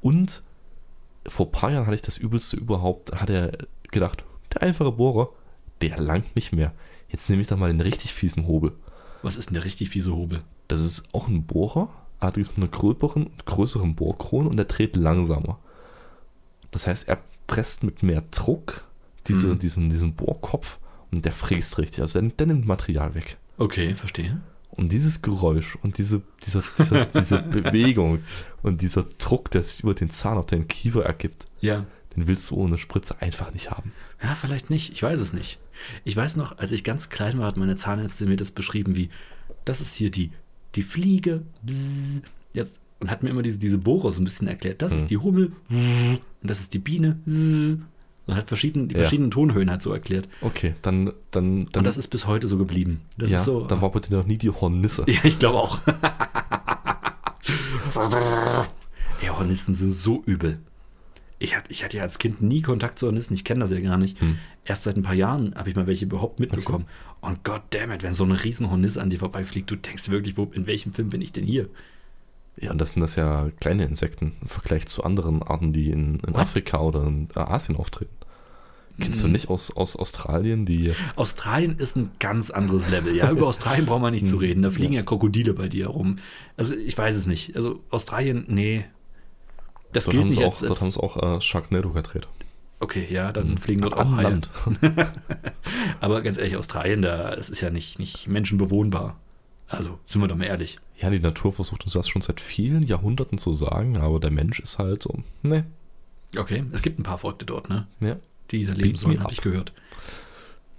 [SPEAKER 1] Und vor ein paar Jahren hatte ich das Übelste überhaupt. Da hat er gedacht, der einfache Bohrer, der langt nicht mehr. Jetzt nehme ich doch mal den richtig fiesen Hobel.
[SPEAKER 2] Was ist denn der richtig fiese Hobel?
[SPEAKER 1] Das ist auch ein Bohrer, allerdings mit einer gröberen, größeren Bohrkrone und der dreht langsamer. Das heißt, er presst mit mehr Druck diese,
[SPEAKER 2] Mhm.
[SPEAKER 1] diesen, diesen Bohrkopf und der fräst richtig. Also der, der nimmt Material weg.
[SPEAKER 2] Okay, verstehe.
[SPEAKER 1] Und dieses Geräusch und diese, diese, diese, diese Bewegung und dieser Druck, der sich über den Zahn auf den Kiefer ergibt,
[SPEAKER 2] Ja.
[SPEAKER 1] den willst du ohne Spritze einfach nicht haben.
[SPEAKER 2] Ja, vielleicht nicht. Ich weiß es nicht. Ich weiß noch, als ich ganz klein war, hat meine Zahnärztin mir das beschrieben wie, das ist hier die, die Fliege. Bzzz. Jetzt, und hat mir immer diese, diese Bohrer so ein bisschen erklärt. Das
[SPEAKER 1] Mhm.
[SPEAKER 2] ist die Hummel. Bzzz. Und das ist die Biene. Bzzz. Und hat verschieden, die
[SPEAKER 1] Ja.
[SPEAKER 2] verschiedenen Tonhöhen halt so erklärt.
[SPEAKER 1] Okay, dann, dann, dann,
[SPEAKER 2] und das ist bis heute so geblieben. Das
[SPEAKER 1] ja,
[SPEAKER 2] ist so. ah.
[SPEAKER 1] dann war bei dir noch nie die Hornisse.
[SPEAKER 2] ja, ich glaube auch. Ey, Hornissen sind so übel. Ich hatte, ich hatte ja als Kind nie Kontakt zu Hornissen, ich kenne das ja gar nicht.
[SPEAKER 1] Hm.
[SPEAKER 2] Erst seit ein paar Jahren habe ich mal welche überhaupt mitbekommen. Und goddammit, wenn so ein Riesenhorniss an dir vorbeifliegt, du denkst wirklich, wo, in welchem Film bin ich denn hier?
[SPEAKER 1] Ja, und das sind das ja kleine Insekten im Vergleich zu anderen Arten, die in, in Afrika oder in äh, Asien auftreten. Kennst
[SPEAKER 2] Hm.
[SPEAKER 1] du nicht aus, aus Australien, die.
[SPEAKER 2] Australien ist ein ganz anderes Level, ja. Über Australien brauchen wir nicht
[SPEAKER 1] Hm.
[SPEAKER 2] zu reden. Da fliegen ja. Krokodile bei dir herum. Also ich weiß es nicht. Also Australien, nee. Das
[SPEAKER 1] Dort
[SPEAKER 2] gilt
[SPEAKER 1] haben
[SPEAKER 2] nicht
[SPEAKER 1] sie
[SPEAKER 2] als,
[SPEAKER 1] auch, dort haben
[SPEAKER 2] als
[SPEAKER 1] sie auch äh, Sharknado gedreht.
[SPEAKER 2] Okay, ja, dann fliegen dort auch
[SPEAKER 1] Am
[SPEAKER 2] Haie.
[SPEAKER 1] Land.
[SPEAKER 2] Aber ganz ehrlich, Australien, da, das ist ja nicht, nicht menschenbewohnbar. Also, sind wir doch mal ehrlich.
[SPEAKER 1] Ja, die Natur versucht uns das schon seit vielen Jahrhunderten zu sagen, aber der Mensch ist halt so. Ne,
[SPEAKER 2] Okay, es gibt ein paar Volkte dort, ne?
[SPEAKER 1] ja.
[SPEAKER 2] Die da leben
[SPEAKER 1] Beat
[SPEAKER 2] sollen,
[SPEAKER 1] me
[SPEAKER 2] habe
[SPEAKER 1] up.
[SPEAKER 2] ich gehört.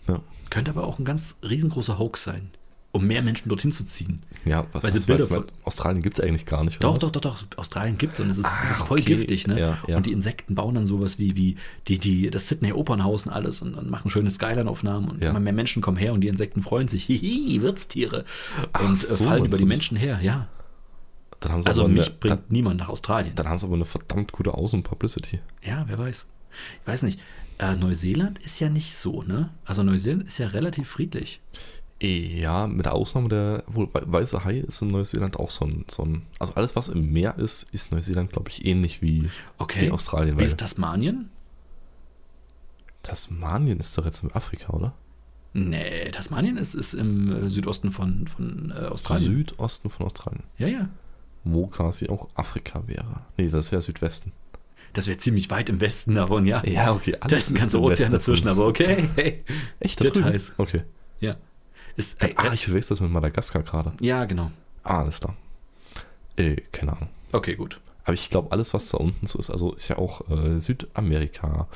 [SPEAKER 1] Ja.
[SPEAKER 2] Könnte aber auch ein ganz riesengroßer Hoax sein, um mehr Menschen dorthin zu ziehen.
[SPEAKER 1] Ja, was,
[SPEAKER 2] Weil
[SPEAKER 1] was,
[SPEAKER 2] sie Bilder
[SPEAKER 1] was, Australien gibt es eigentlich gar nicht,
[SPEAKER 2] Doch,
[SPEAKER 1] was?
[SPEAKER 2] doch, doch, doch, Australien gibt es und es ist, es ist
[SPEAKER 1] Ah,
[SPEAKER 2] voll
[SPEAKER 1] okay.
[SPEAKER 2] giftig, ne?
[SPEAKER 1] Ja, ja.
[SPEAKER 2] Und die Insekten bauen dann sowas wie, wie die, die, das Sydney Opernhaus und alles und, und machen schöne Skyline-Aufnahmen und
[SPEAKER 1] Ja.
[SPEAKER 2] immer mehr Menschen kommen her und die Insekten freuen sich. Hihi, Wirtstiere.
[SPEAKER 1] Ach
[SPEAKER 2] Und
[SPEAKER 1] so,
[SPEAKER 2] äh, fallen
[SPEAKER 1] meinst
[SPEAKER 2] über
[SPEAKER 1] du
[SPEAKER 2] die
[SPEAKER 1] das?
[SPEAKER 2] Menschen her, ja.
[SPEAKER 1] Dann haben sie
[SPEAKER 2] Also
[SPEAKER 1] aber eine,
[SPEAKER 2] mich
[SPEAKER 1] dann,
[SPEAKER 2] bringt niemand nach Australien.
[SPEAKER 1] dann haben sie aber eine verdammt gute Außenpublicity.
[SPEAKER 2] Ja, wer weiß. Ich weiß nicht. Äh, Neuseeland ist ja nicht so, ne? Also Neuseeland ist ja relativ friedlich.
[SPEAKER 1] Ja, mit der Ausnahme der wohl, we- weiße Hai ist in Neuseeland auch so ein, so ein. Also alles, was im Meer ist, ist Neuseeland, glaube ich, ähnlich wie,
[SPEAKER 2] Okay.
[SPEAKER 1] wie Australien.
[SPEAKER 2] Wie
[SPEAKER 1] Weil
[SPEAKER 2] ist Tasmanien?
[SPEAKER 1] Tasmanien ist doch jetzt in Afrika, oder?
[SPEAKER 2] Nee, Tasmanien ist, ist im äh, Südosten von, von äh, Australien.
[SPEAKER 1] Südosten von Australien.
[SPEAKER 2] Ja, ja.
[SPEAKER 1] Wo quasi auch Afrika wäre. Nee, das wäre Südwesten.
[SPEAKER 2] Das wäre ziemlich weit im Westen davon, ja.
[SPEAKER 1] okay.
[SPEAKER 2] da ist ein ganzer
[SPEAKER 1] im
[SPEAKER 2] Ozean
[SPEAKER 1] Westen.
[SPEAKER 2] dazwischen, aber okay. Hey.
[SPEAKER 1] Echt, da drüben?
[SPEAKER 2] Details.
[SPEAKER 1] Okay.
[SPEAKER 2] Ja. Ist,
[SPEAKER 1] Dann,
[SPEAKER 2] äh,
[SPEAKER 1] ah,
[SPEAKER 2] äh,
[SPEAKER 1] ich verwechsel das mit Madagaskar gerade.
[SPEAKER 2] ja, genau.
[SPEAKER 1] Ah, alles da. Äh, keine Ahnung.
[SPEAKER 2] Okay, gut.
[SPEAKER 1] Aber ich glaube, alles, was da unten so ist, also ist ja auch äh, Südamerika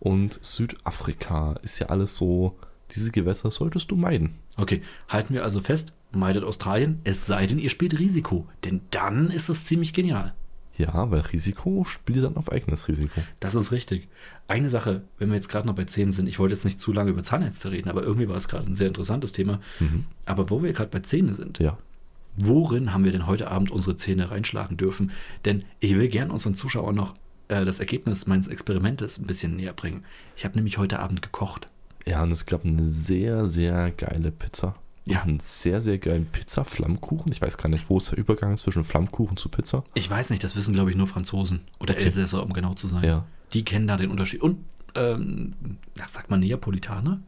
[SPEAKER 1] und Südafrika, ist ja alles so, diese Gewässer solltest du meiden.
[SPEAKER 2] Okay, halten wir also fest, meidet Australien, es sei denn, ihr spielt Risiko. Denn dann ist es ziemlich genial.
[SPEAKER 1] Ja, weil Risiko spielt dann auf eigenes Risiko.
[SPEAKER 2] Das ist richtig. Eine Sache, wenn wir jetzt gerade noch bei Zähnen sind, ich wollte jetzt nicht zu lange über Zahnärzte reden, aber irgendwie war es gerade ein sehr interessantes Thema.
[SPEAKER 1] Mhm.
[SPEAKER 2] Aber wo wir gerade bei Zähne sind,
[SPEAKER 1] Ja.
[SPEAKER 2] worin haben wir denn heute Abend unsere Zähne reinschlagen dürfen? Denn ich will gern unseren Zuschauern noch äh, das Ergebnis meines Experimentes ein bisschen näher bringen. Ich habe nämlich heute Abend gekocht.
[SPEAKER 1] Ja, und es gab eine sehr, sehr geile Pizza.
[SPEAKER 2] Ja.
[SPEAKER 1] Und einen sehr, sehr geilen Pizza-Flammkuchen. Ich weiß gar nicht, wo ist der Übergang zwischen Flammkuchen zu Pizza?
[SPEAKER 2] Ich weiß nicht, das wissen glaube ich nur Franzosen oder Elsässer, um genau zu sein.
[SPEAKER 1] Ja.
[SPEAKER 2] Die kennen da den Unterschied. Und, ähm, na, sagt man Neapolitaner?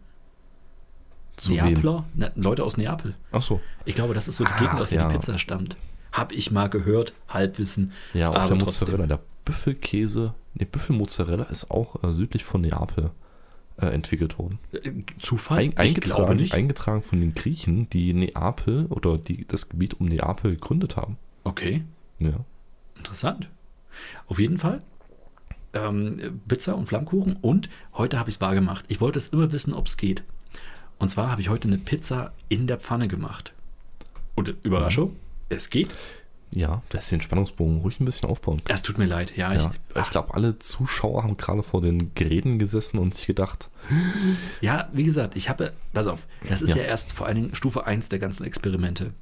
[SPEAKER 1] Zu
[SPEAKER 2] Neapler? Na, Leute aus Neapel.
[SPEAKER 1] Ach so.
[SPEAKER 2] Ich glaube, das ist so die
[SPEAKER 1] Ach,
[SPEAKER 2] Gegend, aus der
[SPEAKER 1] Ah, ja.
[SPEAKER 2] die Pizza stammt. Hab ich mal gehört, Halbwissen.
[SPEAKER 1] Ja, auch
[SPEAKER 2] aber
[SPEAKER 1] der
[SPEAKER 2] trotzdem.
[SPEAKER 1] Mozzarella. Der Büffelkäse, nee, Büffelmozzarella ist auch äh, südlich von Neapel äh, entwickelt worden.
[SPEAKER 2] Äh, Zufall?
[SPEAKER 1] Ein, eingetragen,
[SPEAKER 2] nicht.
[SPEAKER 1] eingetragen von den Griechen, die Neapel oder die das Gebiet um Neapel gegründet haben.
[SPEAKER 2] okay,
[SPEAKER 1] Ja.
[SPEAKER 2] interessant. Auf jeden Fall ähm, Pizza und Flammkuchen und heute habe ich es bar gemacht. Ich wollte es immer wissen, ob es geht. Und zwar habe ich heute eine Pizza in der Pfanne gemacht. Und äh,
[SPEAKER 1] Mhm.
[SPEAKER 2] Überraschung, es geht.
[SPEAKER 1] Ja, das ist den Spannungsbogen ruhig ein bisschen aufbauen.
[SPEAKER 2] Es tut mir leid. Ja, ich,
[SPEAKER 1] Ja, ich glaube, alle Zuschauer haben gerade vor den Geräten gesessen und sich gedacht,
[SPEAKER 2] Ja, wie gesagt, ich habe, pass auf, das ist ja,
[SPEAKER 1] Ja.
[SPEAKER 2] erst vor allen Dingen Stufe 1 der ganzen Experimente.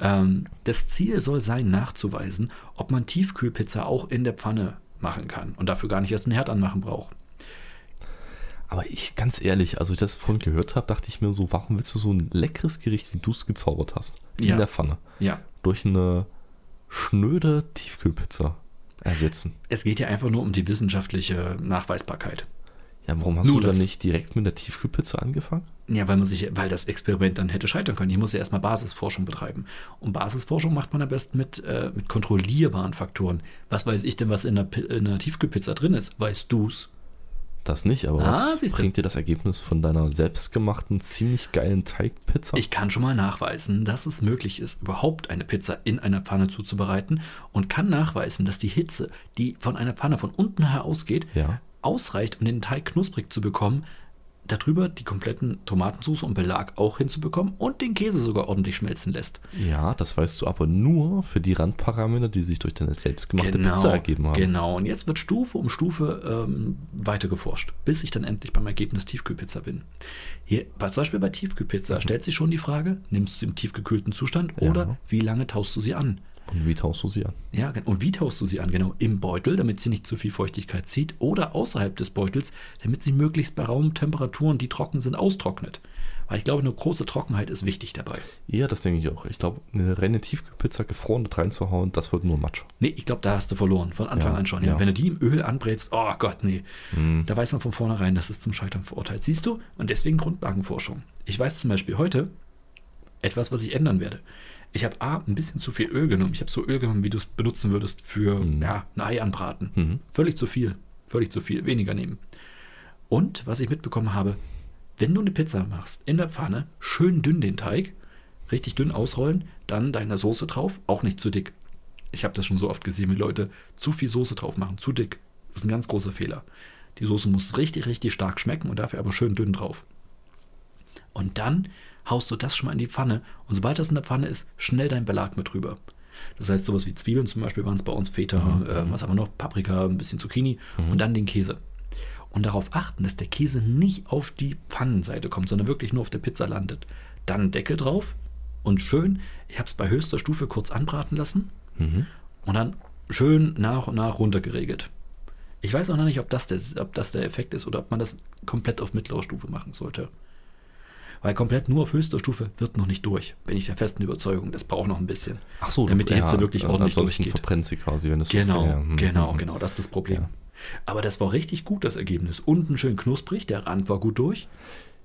[SPEAKER 2] Ähm, das Ziel soll sein, nachzuweisen, ob man Tiefkühlpizza auch in der Pfanne machen kann und dafür gar nicht erst einen Herd anmachen braucht.
[SPEAKER 1] aber ich, ganz ehrlich, als ich das vorhin gehört habe, dachte ich mir so, warum willst du so ein leckeres Gericht, wie du es gezaubert hast, in
[SPEAKER 2] Ja.
[SPEAKER 1] der Pfanne,
[SPEAKER 2] Ja.
[SPEAKER 1] durch eine schnöde Tiefkühlpizza ersetzen?
[SPEAKER 2] Es geht ja einfach nur um die wissenschaftliche Nachweisbarkeit.
[SPEAKER 1] Ja, warum hast
[SPEAKER 2] Nur
[SPEAKER 1] du dann
[SPEAKER 2] das.
[SPEAKER 1] nicht direkt mit der Tiefkühlpizza angefangen?
[SPEAKER 2] Ja, weil man sich, weil das Experiment dann hätte scheitern können. Hier muss ja erstmal Basisforschung betreiben. Und Basisforschung macht man am besten mit, äh, mit kontrollierbaren Faktoren. Was weiß ich denn, was in der, Pi- in der Tiefkühlpizza drin ist? Weißt du's?
[SPEAKER 1] Das nicht, aber
[SPEAKER 2] Ah,
[SPEAKER 1] was
[SPEAKER 2] siehst du.
[SPEAKER 1] bringt dir das Ergebnis von deiner selbstgemachten, ziemlich geilen Teigpizza?
[SPEAKER 2] Ich kann schon mal nachweisen, dass es möglich ist, überhaupt eine Pizza in einer Pfanne zuzubereiten und kann nachweisen, dass die Hitze, die von einer Pfanne von unten her ausgeht,
[SPEAKER 1] Ja.
[SPEAKER 2] ausreicht, um den Teig knusprig zu bekommen, darüber die kompletten Tomatensauce und Belag auch hinzubekommen und den Käse sogar ordentlich schmelzen lässt.
[SPEAKER 1] ja, das weißt du aber nur für die Randparameter, die sich durch deine selbstgemachte Pizza ergeben haben.
[SPEAKER 2] Genau, und jetzt wird Stufe um Stufe ähm, weiter geforscht, bis ich dann endlich beim Ergebnis Tiefkühlpizza bin. Hier, bei- zum Beispiel bei Tiefkühlpizza stellt sich schon die Frage, nimmst du sie im tiefgekühlten Zustand
[SPEAKER 1] Mhm. Ja.
[SPEAKER 2] oder wie lange taust du sie an?
[SPEAKER 1] Und wie tauschst du sie an?
[SPEAKER 2] Ja, gen- und wie taust du sie an? Genau, im Beutel, damit sie nicht zu viel Feuchtigkeit zieht oder außerhalb des Beutels, damit sie möglichst bei Raumtemperaturen, die trocken sind, austrocknet. Weil ich glaube, eine große Trockenheit ist wichtig dabei.
[SPEAKER 1] Ja, das denke ich auch. Ich glaube, eine reine Tiefkühlpizza gefroren da reinzuhauen, das wird nur Matsch.
[SPEAKER 2] Nee, ich glaube, da hast du verloren. Von Anfang
[SPEAKER 1] Ja,
[SPEAKER 2] an schon. Ja.
[SPEAKER 1] ja. Hm.
[SPEAKER 2] Wenn du die im Öl anbrätst, oh Gott, nee. Da weiß man von vornherein, das ist zum Scheitern verurteilt. Siehst du? Und deswegen Grundlagenforschung. Ich weiß zum Beispiel heute etwas, was ich ändern werde. Ich habe A, ein bisschen zu viel Öl genommen. Ich habe so Öl genommen, wie du es benutzen würdest für
[SPEAKER 1] Hm.
[SPEAKER 2] ja, ein Ei anbraten. Völlig zu viel. Völlig zu viel. Weniger nehmen. Und was ich mitbekommen habe, wenn du eine Pizza machst, in der Pfanne, schön dünn den Teig, richtig dünn ausrollen, dann deine Soße drauf, auch nicht zu dick. Ich habe das schon so oft gesehen, wie Leute zu viel Soße drauf machen, zu dick. Das ist ein ganz großer Fehler. Die Soße muss richtig, richtig stark schmecken und dafür aber schön dünn drauf. Und dann haust du das schon mal in die Pfanne und sobald das in der Pfanne ist, schnell dein Belag mit rüber. Das heißt, sowas wie Zwiebeln zum Beispiel waren es bei uns Feta, äh, was haben wir noch? Paprika, ein bisschen Zucchini und dann den Käse. Und darauf achten, dass der Käse nicht auf die Pfannenseite kommt, sondern wirklich nur auf der Pizza landet. Dann Deckel drauf und schön, ich habe es bei höchster Stufe kurz anbraten lassen und dann schön nach und nach runtergeregelt. Ich weiß auch noch nicht, ob das, der, ob das der Effekt ist oder ob man das komplett auf mittlerer Stufe machen sollte. Weil komplett nur auf höchster Stufe wird noch nicht durch. Bin ich der festen Überzeugung, das braucht noch ein bisschen. damit die Hitze wirklich ordentlich
[SPEAKER 1] äh, Ansonsten
[SPEAKER 2] durchgeht.
[SPEAKER 1] verbrennt sie quasi, wenn es
[SPEAKER 2] Genau,
[SPEAKER 1] ja, mhm,
[SPEAKER 2] genau,
[SPEAKER 1] mhm.
[SPEAKER 2] genau, das ist das Problem.
[SPEAKER 1] Ja.
[SPEAKER 2] Aber das war richtig gut, das Ergebnis. Unten schön knusprig, der Rand war gut durch.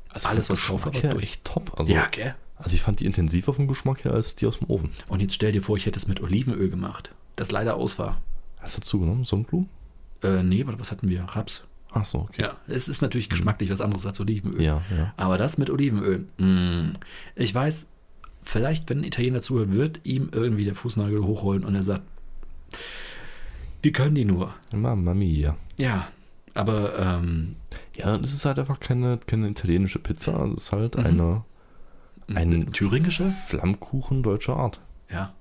[SPEAKER 1] Also
[SPEAKER 2] Alles,
[SPEAKER 1] vom
[SPEAKER 2] was drauf war,
[SPEAKER 1] Geschmack
[SPEAKER 2] war
[SPEAKER 1] her
[SPEAKER 2] durch.
[SPEAKER 1] echt top. Also,
[SPEAKER 2] Ja, gell?
[SPEAKER 1] also ich fand die intensiver vom Geschmack her als die aus dem Ofen.
[SPEAKER 2] Und jetzt stell dir vor, ich hätte es mit Olivenöl gemacht, das leider aus war.
[SPEAKER 1] Hast du zugenommen? Sonnenblumen?
[SPEAKER 2] Äh, nee, warte, was hatten wir? Raps.
[SPEAKER 1] Ach so, okay. Mhm.
[SPEAKER 2] Ja, es ist natürlich geschmacklich was anderes als Olivenöl.
[SPEAKER 1] Ja, ja.
[SPEAKER 2] Aber das mit Olivenöl, mm, ich weiß, vielleicht, wenn ein Italiener zuhört, wird ihm irgendwie der Fußnagel hochrollen und er sagt, wie können die nur?
[SPEAKER 1] Mamma mia.
[SPEAKER 2] Ja, aber ähm,
[SPEAKER 1] Ja, und es ist halt einfach keine, keine italienische Pizza. Es ist
[SPEAKER 2] Mhm.
[SPEAKER 1] halt eine, ein
[SPEAKER 2] thüringische?
[SPEAKER 1] Flammkuchen deutscher Art.
[SPEAKER 2] mm. Ja,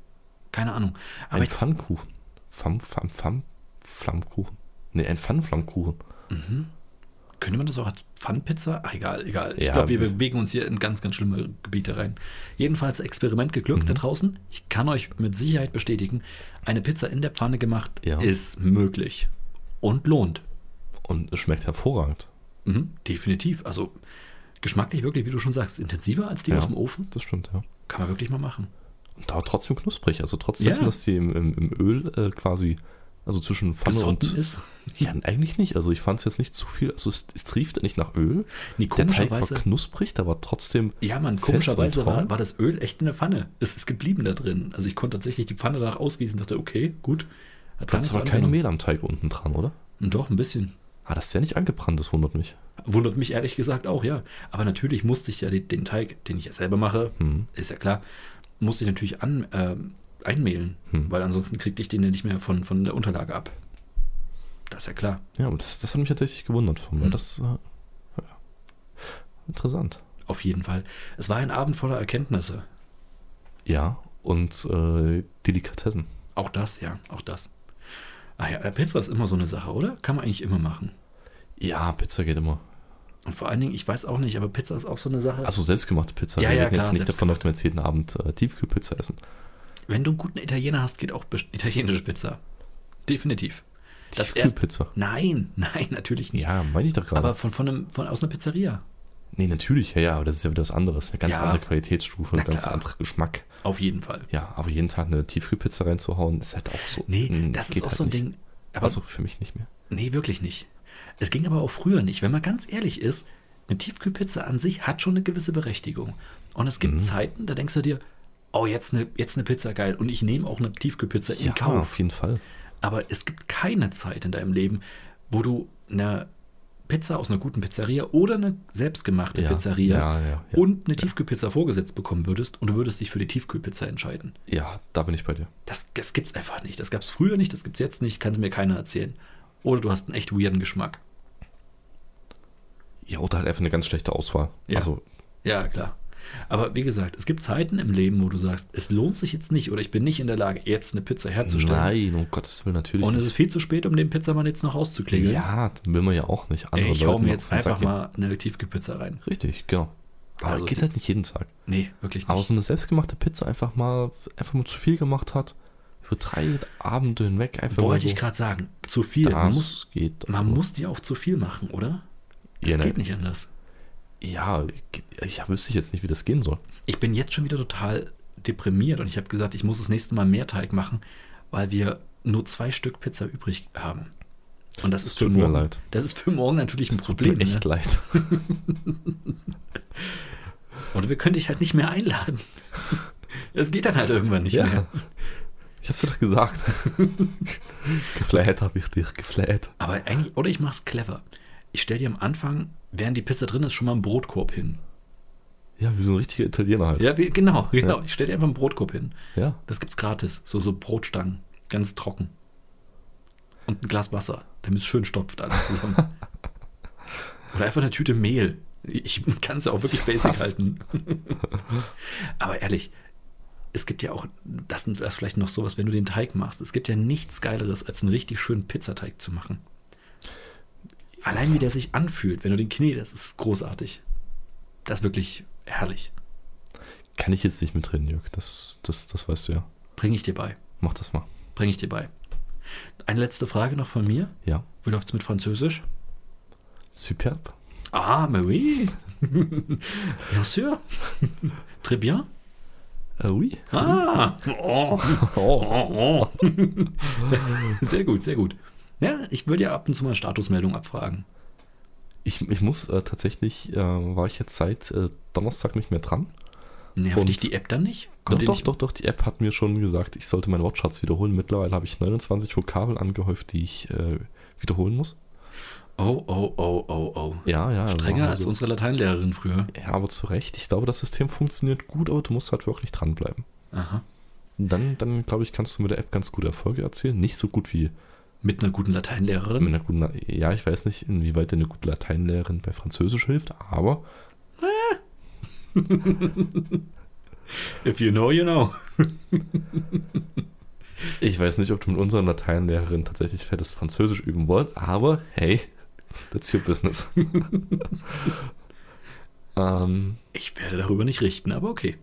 [SPEAKER 2] keine Ahnung. Aber
[SPEAKER 1] Ein
[SPEAKER 2] ich,
[SPEAKER 1] Pfannkuchen. Pfann, Pfann, Pfann, Flammkuchen. Nee, ein Pfannflammkuchen.
[SPEAKER 2] Mhm. könnte man das auch als Pfannpizza? Ach, egal, egal. Ich
[SPEAKER 1] Ja,
[SPEAKER 2] glaube, wir
[SPEAKER 1] wir-
[SPEAKER 2] bewegen uns hier in ganz, ganz schlimme Gebiete rein. Jedenfalls Experiment
[SPEAKER 1] Mhm.
[SPEAKER 2] geglückt da draußen. Ich kann euch mit Sicherheit bestätigen, eine Pizza in der Pfanne gemacht
[SPEAKER 1] Ja.
[SPEAKER 2] ist möglich und lohnt.
[SPEAKER 1] Und es schmeckt hervorragend.
[SPEAKER 2] Mhm, definitiv. Also geschmacklich wirklich, wie du schon sagst, intensiver als die
[SPEAKER 1] Ja.
[SPEAKER 2] aus dem Ofen.
[SPEAKER 1] Das stimmt, ja.
[SPEAKER 2] Kann man wirklich mal machen.
[SPEAKER 1] Und da trotzdem knusprig. Also trotz
[SPEAKER 2] Ja.
[SPEAKER 1] dessen, dass sie im, im, im Öl äh, quasi, also zwischen Pfanne
[SPEAKER 2] Gesotten
[SPEAKER 1] und.
[SPEAKER 2] ist.
[SPEAKER 1] Ja, eigentlich nicht. Also ich fand es jetzt nicht zu viel. Also es, es triefte nicht nach Öl.
[SPEAKER 2] Nee,
[SPEAKER 1] Der Teig war
[SPEAKER 2] komischerweise-
[SPEAKER 1] knusprig, da war trotzdem.
[SPEAKER 2] Ja, man,
[SPEAKER 1] fest
[SPEAKER 2] komischerweise
[SPEAKER 1] und traum.
[SPEAKER 2] war, war das Öl echt in der Pfanne. Es ist geblieben da drin. Also ich konnte tatsächlich die Pfanne danach ausgießen, dachte, okay, gut. Hat
[SPEAKER 1] Da ist
[SPEAKER 2] so
[SPEAKER 1] aber kein
[SPEAKER 2] angenommen.
[SPEAKER 1] Mehl am Teig unten dran, oder?
[SPEAKER 2] Doch, ein bisschen.
[SPEAKER 1] Ah, das ist ja nicht angebrannt, das wundert mich.
[SPEAKER 2] Wundert mich ehrlich gesagt auch, ja. Aber natürlich musste ich ja die, den Teig, den ich ja selber mache,
[SPEAKER 1] Hm.
[SPEAKER 2] ist ja klar, musste ich natürlich an,
[SPEAKER 1] Hm.
[SPEAKER 2] ähm, einmehlen, weil ansonsten kriegte ich den ja nicht mehr von, von der Unterlage ab. Das ist ja klar.
[SPEAKER 1] Ja, aber das, das hat mich tatsächlich gewundert von mir.
[SPEAKER 2] Hm.
[SPEAKER 1] Das äh, ja. interessant.
[SPEAKER 2] Auf jeden Fall. Es war ein Abend voller Erkenntnisse.
[SPEAKER 1] Ja, und äh, Delikatessen.
[SPEAKER 2] Auch das, ja, auch das. Ah ja, Pizza ist immer so eine Sache, oder? Kann man eigentlich immer machen.
[SPEAKER 1] Ja, Pizza geht immer.
[SPEAKER 2] Und vor allen Dingen, ich weiß auch nicht, aber Pizza ist auch so eine Sache.
[SPEAKER 1] Also selbstgemachte Pizza.
[SPEAKER 2] Ja,
[SPEAKER 1] Wir
[SPEAKER 2] ja,
[SPEAKER 1] reden
[SPEAKER 2] klar,
[SPEAKER 1] jetzt nicht davon, dass wir jetzt jeden Abend äh, Tiefkühlpizza essen.
[SPEAKER 2] Wenn du einen guten Italiener hast, geht auch best- italienische Pizza. Definitiv. Das er,
[SPEAKER 1] Tiefkühlpizza.
[SPEAKER 2] nein, nein, natürlich nicht.
[SPEAKER 1] Ja, meine ich doch gerade.
[SPEAKER 2] aber von, von, einem, von aus einer Pizzeria.
[SPEAKER 1] Nee, natürlich, ja, ja, aber das ist ja wieder was anderes. Eine ganz
[SPEAKER 2] Ja.
[SPEAKER 1] andere Qualitätsstufe, ein
[SPEAKER 2] Na
[SPEAKER 1] ganz
[SPEAKER 2] klar.
[SPEAKER 1] anderer Geschmack.
[SPEAKER 2] Auf jeden Fall.
[SPEAKER 1] Ja, aber jeden Tag eine Tiefkühlpizza reinzuhauen, ist halt auch so.
[SPEAKER 2] Nee,
[SPEAKER 1] mm,
[SPEAKER 2] das ist
[SPEAKER 1] geht
[SPEAKER 2] auch
[SPEAKER 1] halt
[SPEAKER 2] so ein
[SPEAKER 1] nicht.
[SPEAKER 2] Ding. Aber
[SPEAKER 1] Also für mich nicht mehr.
[SPEAKER 2] nee, wirklich nicht. Es ging aber auch früher nicht. Wenn man ganz ehrlich ist, eine Tiefkühlpizza an sich hat schon eine gewisse Berechtigung. Und es
[SPEAKER 1] Mhm.
[SPEAKER 2] gibt Zeiten, da denkst du dir, oh, jetzt eine, jetzt eine Pizza geil. Und ich nehme auch eine Tiefkühlpizza in Kauf.
[SPEAKER 1] auf jeden Fall.
[SPEAKER 2] Aber es gibt keine Zeit in deinem Leben, wo du eine Pizza aus einer guten Pizzeria oder eine selbstgemachte
[SPEAKER 1] Ja,
[SPEAKER 2] Pizzeria
[SPEAKER 1] ja, ja, ja.
[SPEAKER 2] und eine Tiefkühlpizza vorgesetzt bekommen würdest und du würdest dich für die Tiefkühlpizza entscheiden.
[SPEAKER 1] Ja, da bin ich bei dir.
[SPEAKER 2] Das, das gibt's einfach nicht. Das gab es früher nicht, das gibt's jetzt nicht, kann es mir keiner erzählen. Oder du hast einen echt weirden Geschmack.
[SPEAKER 1] Ja, oder halt einfach eine ganz schlechte Auswahl.
[SPEAKER 2] Ja.
[SPEAKER 1] Also,
[SPEAKER 2] Ja, klar. Aber wie gesagt, es gibt Zeiten im Leben, wo du sagst, es lohnt sich jetzt nicht oder ich bin nicht in der Lage, jetzt eine Pizza herzustellen.
[SPEAKER 1] nein, um Gottes Willen, natürlich.
[SPEAKER 2] Und es ist
[SPEAKER 1] nicht.
[SPEAKER 2] viel zu spät, um den Pizzamann jetzt noch auszuklingeln.
[SPEAKER 1] ja, das will man ja auch nicht.
[SPEAKER 2] Ey, ich hau
[SPEAKER 1] Leuten
[SPEAKER 2] mir
[SPEAKER 1] auf
[SPEAKER 2] jetzt
[SPEAKER 1] den Sack
[SPEAKER 2] einfach
[SPEAKER 1] gehen.
[SPEAKER 2] mal eine Tiefkühlpizza rein.
[SPEAKER 1] Richtig, genau. Aber
[SPEAKER 2] Also
[SPEAKER 1] geht
[SPEAKER 2] die-
[SPEAKER 1] halt nicht jeden Tag.
[SPEAKER 2] Nee, wirklich nicht.
[SPEAKER 1] Aber so eine selbstgemachte Pizza einfach mal, einfach mal zu viel gemacht hat, über drei Abende hinweg einfach mal
[SPEAKER 2] Wollte
[SPEAKER 1] so,
[SPEAKER 2] ich gerade sagen, zu viel.
[SPEAKER 1] Das
[SPEAKER 2] Man muss,
[SPEAKER 1] geht.
[SPEAKER 2] man
[SPEAKER 1] aber-
[SPEAKER 2] muss die auch zu viel machen, oder? Das
[SPEAKER 1] Ja, ne.
[SPEAKER 2] geht nicht anders.
[SPEAKER 1] Ja, geht- ja, wüsste ich jetzt nicht, wie das gehen soll.
[SPEAKER 2] Ich bin jetzt schon wieder total deprimiert und ich habe gesagt, ich muss das nächste Mal mehr Teig machen, weil wir nur zwei Stück Pizza übrig haben. Und das,
[SPEAKER 1] Es
[SPEAKER 2] ist für
[SPEAKER 1] tut mir
[SPEAKER 2] morgen,
[SPEAKER 1] leid.
[SPEAKER 2] das ist für morgen natürlich ein
[SPEAKER 1] Es tut
[SPEAKER 2] Problem.
[SPEAKER 1] mir echt
[SPEAKER 2] ne?
[SPEAKER 1] leid.
[SPEAKER 2] Und wir können dich halt nicht mehr einladen. Das geht dann halt irgendwann nicht
[SPEAKER 1] Ja.
[SPEAKER 2] mehr.
[SPEAKER 1] Ich hab's dir doch gesagt. gefläht hab ich dich, gefläht.
[SPEAKER 2] Aber eigentlich, oder ich mach's clever. Ich stell dir am Anfang, während die Pizza drin ist, schon mal einen Brotkorb hin.
[SPEAKER 1] Ja, wie so ein richtiger Italiener halt.
[SPEAKER 2] Ja, wie, genau, genau. Ich stell dir einfach einen Brotkorb hin.
[SPEAKER 1] Ja.
[SPEAKER 2] Das gibt's gratis. So, so Brotstangen. Ganz trocken. Und ein Glas Wasser, damit es schön stopft alles zusammen. Oder einfach eine Tüte Mehl. Ich kann es ja auch wirklich basic
[SPEAKER 1] Was?
[SPEAKER 2] halten. Aber ehrlich, es gibt ja auch, das sind das vielleicht noch sowas, wenn du den Teig machst. Es gibt ja nichts Geileres, als einen richtig schönen Pizzateig zu machen. Allein wie der sich anfühlt, wenn du den Knie, das ist großartig. Das ist wirklich herrlich.
[SPEAKER 1] Kann ich jetzt nicht mitreden, Jörg. Das, das, das weißt du ja.
[SPEAKER 2] Bringe ich dir bei.
[SPEAKER 1] Mach das mal.
[SPEAKER 2] Bringe ich dir bei. Eine letzte Frage noch von mir.
[SPEAKER 1] Ja.
[SPEAKER 2] Wie läuft's mit Französisch?
[SPEAKER 1] Superb.
[SPEAKER 2] Ah, mais oui. Bien sûr. Très bien.
[SPEAKER 1] Äh, oui.
[SPEAKER 2] Ah. Oh. Oh, oh. Sehr gut, sehr gut. Ja, ich würde ja ab und zu mal Statusmeldung abfragen.
[SPEAKER 1] Ich, ich muss äh, tatsächlich, äh, war ich jetzt seit äh, Donnerstag nicht mehr dran.
[SPEAKER 2] Nervt
[SPEAKER 1] Und-
[SPEAKER 2] dich die App dann nicht?
[SPEAKER 1] Doch,
[SPEAKER 2] die
[SPEAKER 1] doch,
[SPEAKER 2] nicht?
[SPEAKER 1] doch, doch, die App hat mir schon gesagt, ich sollte meinen Wortschatz wiederholen. Mittlerweile habe ich 29 Vokabel angehäuft, die ich äh, wiederholen muss.
[SPEAKER 2] Oh, oh, oh, oh, oh.
[SPEAKER 1] Ja, ja.
[SPEAKER 2] Strenger
[SPEAKER 1] war
[SPEAKER 2] als
[SPEAKER 1] so.
[SPEAKER 2] unsere Lateinlehrerin früher.
[SPEAKER 1] Ja, aber zu Recht. Ich glaube, das System funktioniert gut, aber du musst halt wirklich dranbleiben.
[SPEAKER 2] Aha.
[SPEAKER 1] Dann, dann glaube ich, kannst du mit der App ganz gute Erfolge erzielen. Nicht so gut wie
[SPEAKER 2] Mit einer guten
[SPEAKER 1] mit
[SPEAKER 2] Lateinlehrerin?
[SPEAKER 1] einer guten. Ja, ich weiß nicht, inwieweit dir eine gute Lateinlehrerin bei Französisch hilft, aber
[SPEAKER 2] If you know, you know.
[SPEAKER 1] ich weiß nicht, ob du mit unseren Lateinlehrerinnen tatsächlich fettes Französisch üben wollt, aber hey, that's your business. ähm,
[SPEAKER 2] Ich werde darüber nicht richten, aber okay.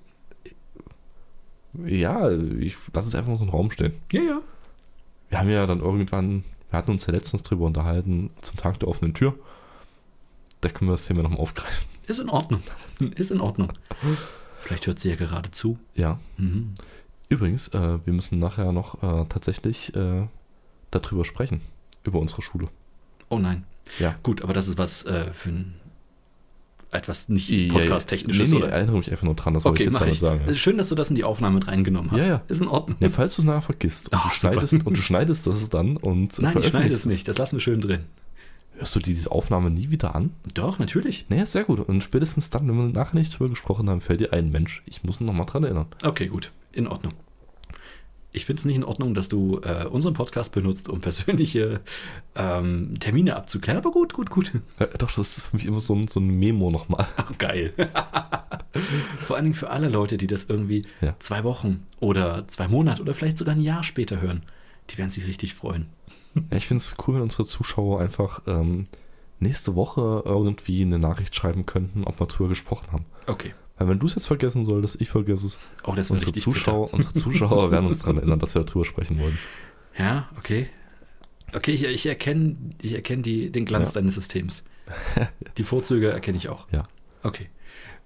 [SPEAKER 1] ja, ich lass es einfach mal so im Raum stehen.
[SPEAKER 2] Ja, ja.
[SPEAKER 1] Wir haben ja dann irgendwann, wir hatten uns ja letztens drüber unterhalten, zum Tag der offenen Tür. Da können wir das Thema nochmal aufgreifen.
[SPEAKER 2] Ist in Ordnung. Ist in Ordnung. Vielleicht hört sie ja gerade zu.
[SPEAKER 1] Ja.
[SPEAKER 2] Mhm.
[SPEAKER 1] Übrigens, äh, wir müssen nachher noch äh, tatsächlich äh, darüber sprechen, über unsere Schule.
[SPEAKER 2] Oh nein.
[SPEAKER 1] Ja.
[SPEAKER 2] Gut, aber das ist was äh, für ein etwas
[SPEAKER 1] Ja,
[SPEAKER 2] nicht
[SPEAKER 1] ja.
[SPEAKER 2] podcast-technisches,
[SPEAKER 1] Nee, nee,
[SPEAKER 2] oder?
[SPEAKER 1] erinnere mich einfach nur dran, das wollte
[SPEAKER 2] Okay,
[SPEAKER 1] ich jetzt
[SPEAKER 2] mach
[SPEAKER 1] damit
[SPEAKER 2] ich.
[SPEAKER 1] sagen.
[SPEAKER 2] Es ist Schön, dass du das in die Aufnahme mit reingenommen hast.
[SPEAKER 1] Ja, ja.
[SPEAKER 2] Ist in Ordnung.
[SPEAKER 1] Ja, falls du es nachher vergisst und,
[SPEAKER 2] Ah,
[SPEAKER 1] du
[SPEAKER 2] super.
[SPEAKER 1] schneidest, und du schneidest das dann und
[SPEAKER 2] Nein, ich schneide
[SPEAKER 1] veröffentlichst
[SPEAKER 2] es nicht. Das lassen wir schön drin.
[SPEAKER 1] Hörst du diese Aufnahme nie wieder an?
[SPEAKER 2] Doch, natürlich.
[SPEAKER 1] Naja, sehr gut. Und spätestens dann, wenn wir nachher nicht drüber gesprochen haben, fällt dir ein Mensch. Ich muss ihn nochmal dran erinnern.
[SPEAKER 2] Okay, gut. In Ordnung. ich finde es nicht in Ordnung, dass du äh, unseren Podcast benutzt, um persönliche ähm, Termine abzuklären. Aber gut, gut, gut.
[SPEAKER 1] Ja, Äh, doch, das ist für mich immer so, ein- so ein Memo nochmal.
[SPEAKER 2] Ach, geil. Vor allen Dingen für alle Leute, die das irgendwie
[SPEAKER 1] Ja.
[SPEAKER 2] zwei Wochen oder zwei Monate oder vielleicht sogar ein Jahr später hören. Die werden sich richtig freuen.
[SPEAKER 1] Ja, ich finde es cool, wenn unsere Zuschauer einfach ähm, nächste Woche irgendwie eine Nachricht schreiben könnten, ob wir drüber gesprochen haben.
[SPEAKER 2] Okay.
[SPEAKER 1] Weil wenn du es jetzt vergessen solltest, ich vergesse es.
[SPEAKER 2] Oh, das war
[SPEAKER 1] Unsere
[SPEAKER 2] richtig
[SPEAKER 1] Zuschauer, unsere Zuschauer werden uns daran erinnern, dass wir darüber sprechen wollen.
[SPEAKER 2] bitter. Ja, okay. Okay, ich, ich erkenne, ich erkenne die, den Glanz
[SPEAKER 1] Ja.
[SPEAKER 2] deines Systems. Die Vorzüge erkenne ich auch.
[SPEAKER 1] Ja.
[SPEAKER 2] Okay.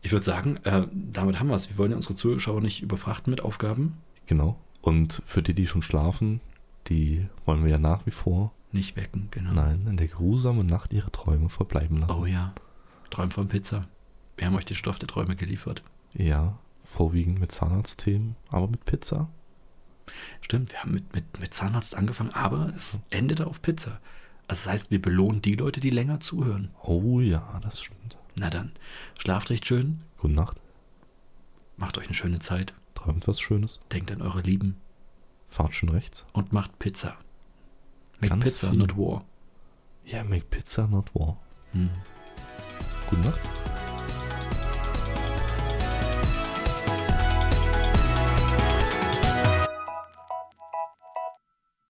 [SPEAKER 2] Ich würde sagen, äh, damit haben wir es. Wir wollen ja unsere Zuschauer nicht überfrachten mit Aufgaben.
[SPEAKER 1] Genau. Und für die, die schon schlafen, die wollen wir ja nach wie vor,
[SPEAKER 2] Nicht wecken, genau.
[SPEAKER 1] nein, in der grusamen Nacht ihre Träume verbleiben lassen.
[SPEAKER 2] Oh ja. Träum von Pizza. Wir haben euch den Stoff der Träume geliefert.
[SPEAKER 1] Ja, vorwiegend mit Zahnarztthemen, aber mit Pizza.
[SPEAKER 2] Stimmt, wir haben mit, mit, mit Zahnarzt angefangen, aber es endete auf Pizza. Also das heißt, wir belohnen die Leute, die länger zuhören.
[SPEAKER 1] Oh ja, das stimmt.
[SPEAKER 2] Na dann, schlaft recht schön,
[SPEAKER 1] Gute Nacht,
[SPEAKER 2] macht euch eine schöne Zeit,
[SPEAKER 1] träumt was Schönes,
[SPEAKER 2] denkt an eure Lieben
[SPEAKER 1] fahrt schon rechts.
[SPEAKER 2] und macht Pizza. Make
[SPEAKER 1] Ganz
[SPEAKER 2] Pizza,
[SPEAKER 1] viel.
[SPEAKER 2] not war.
[SPEAKER 1] Yeah, make pizza, not war.
[SPEAKER 2] Hm.
[SPEAKER 1] Gute Nacht.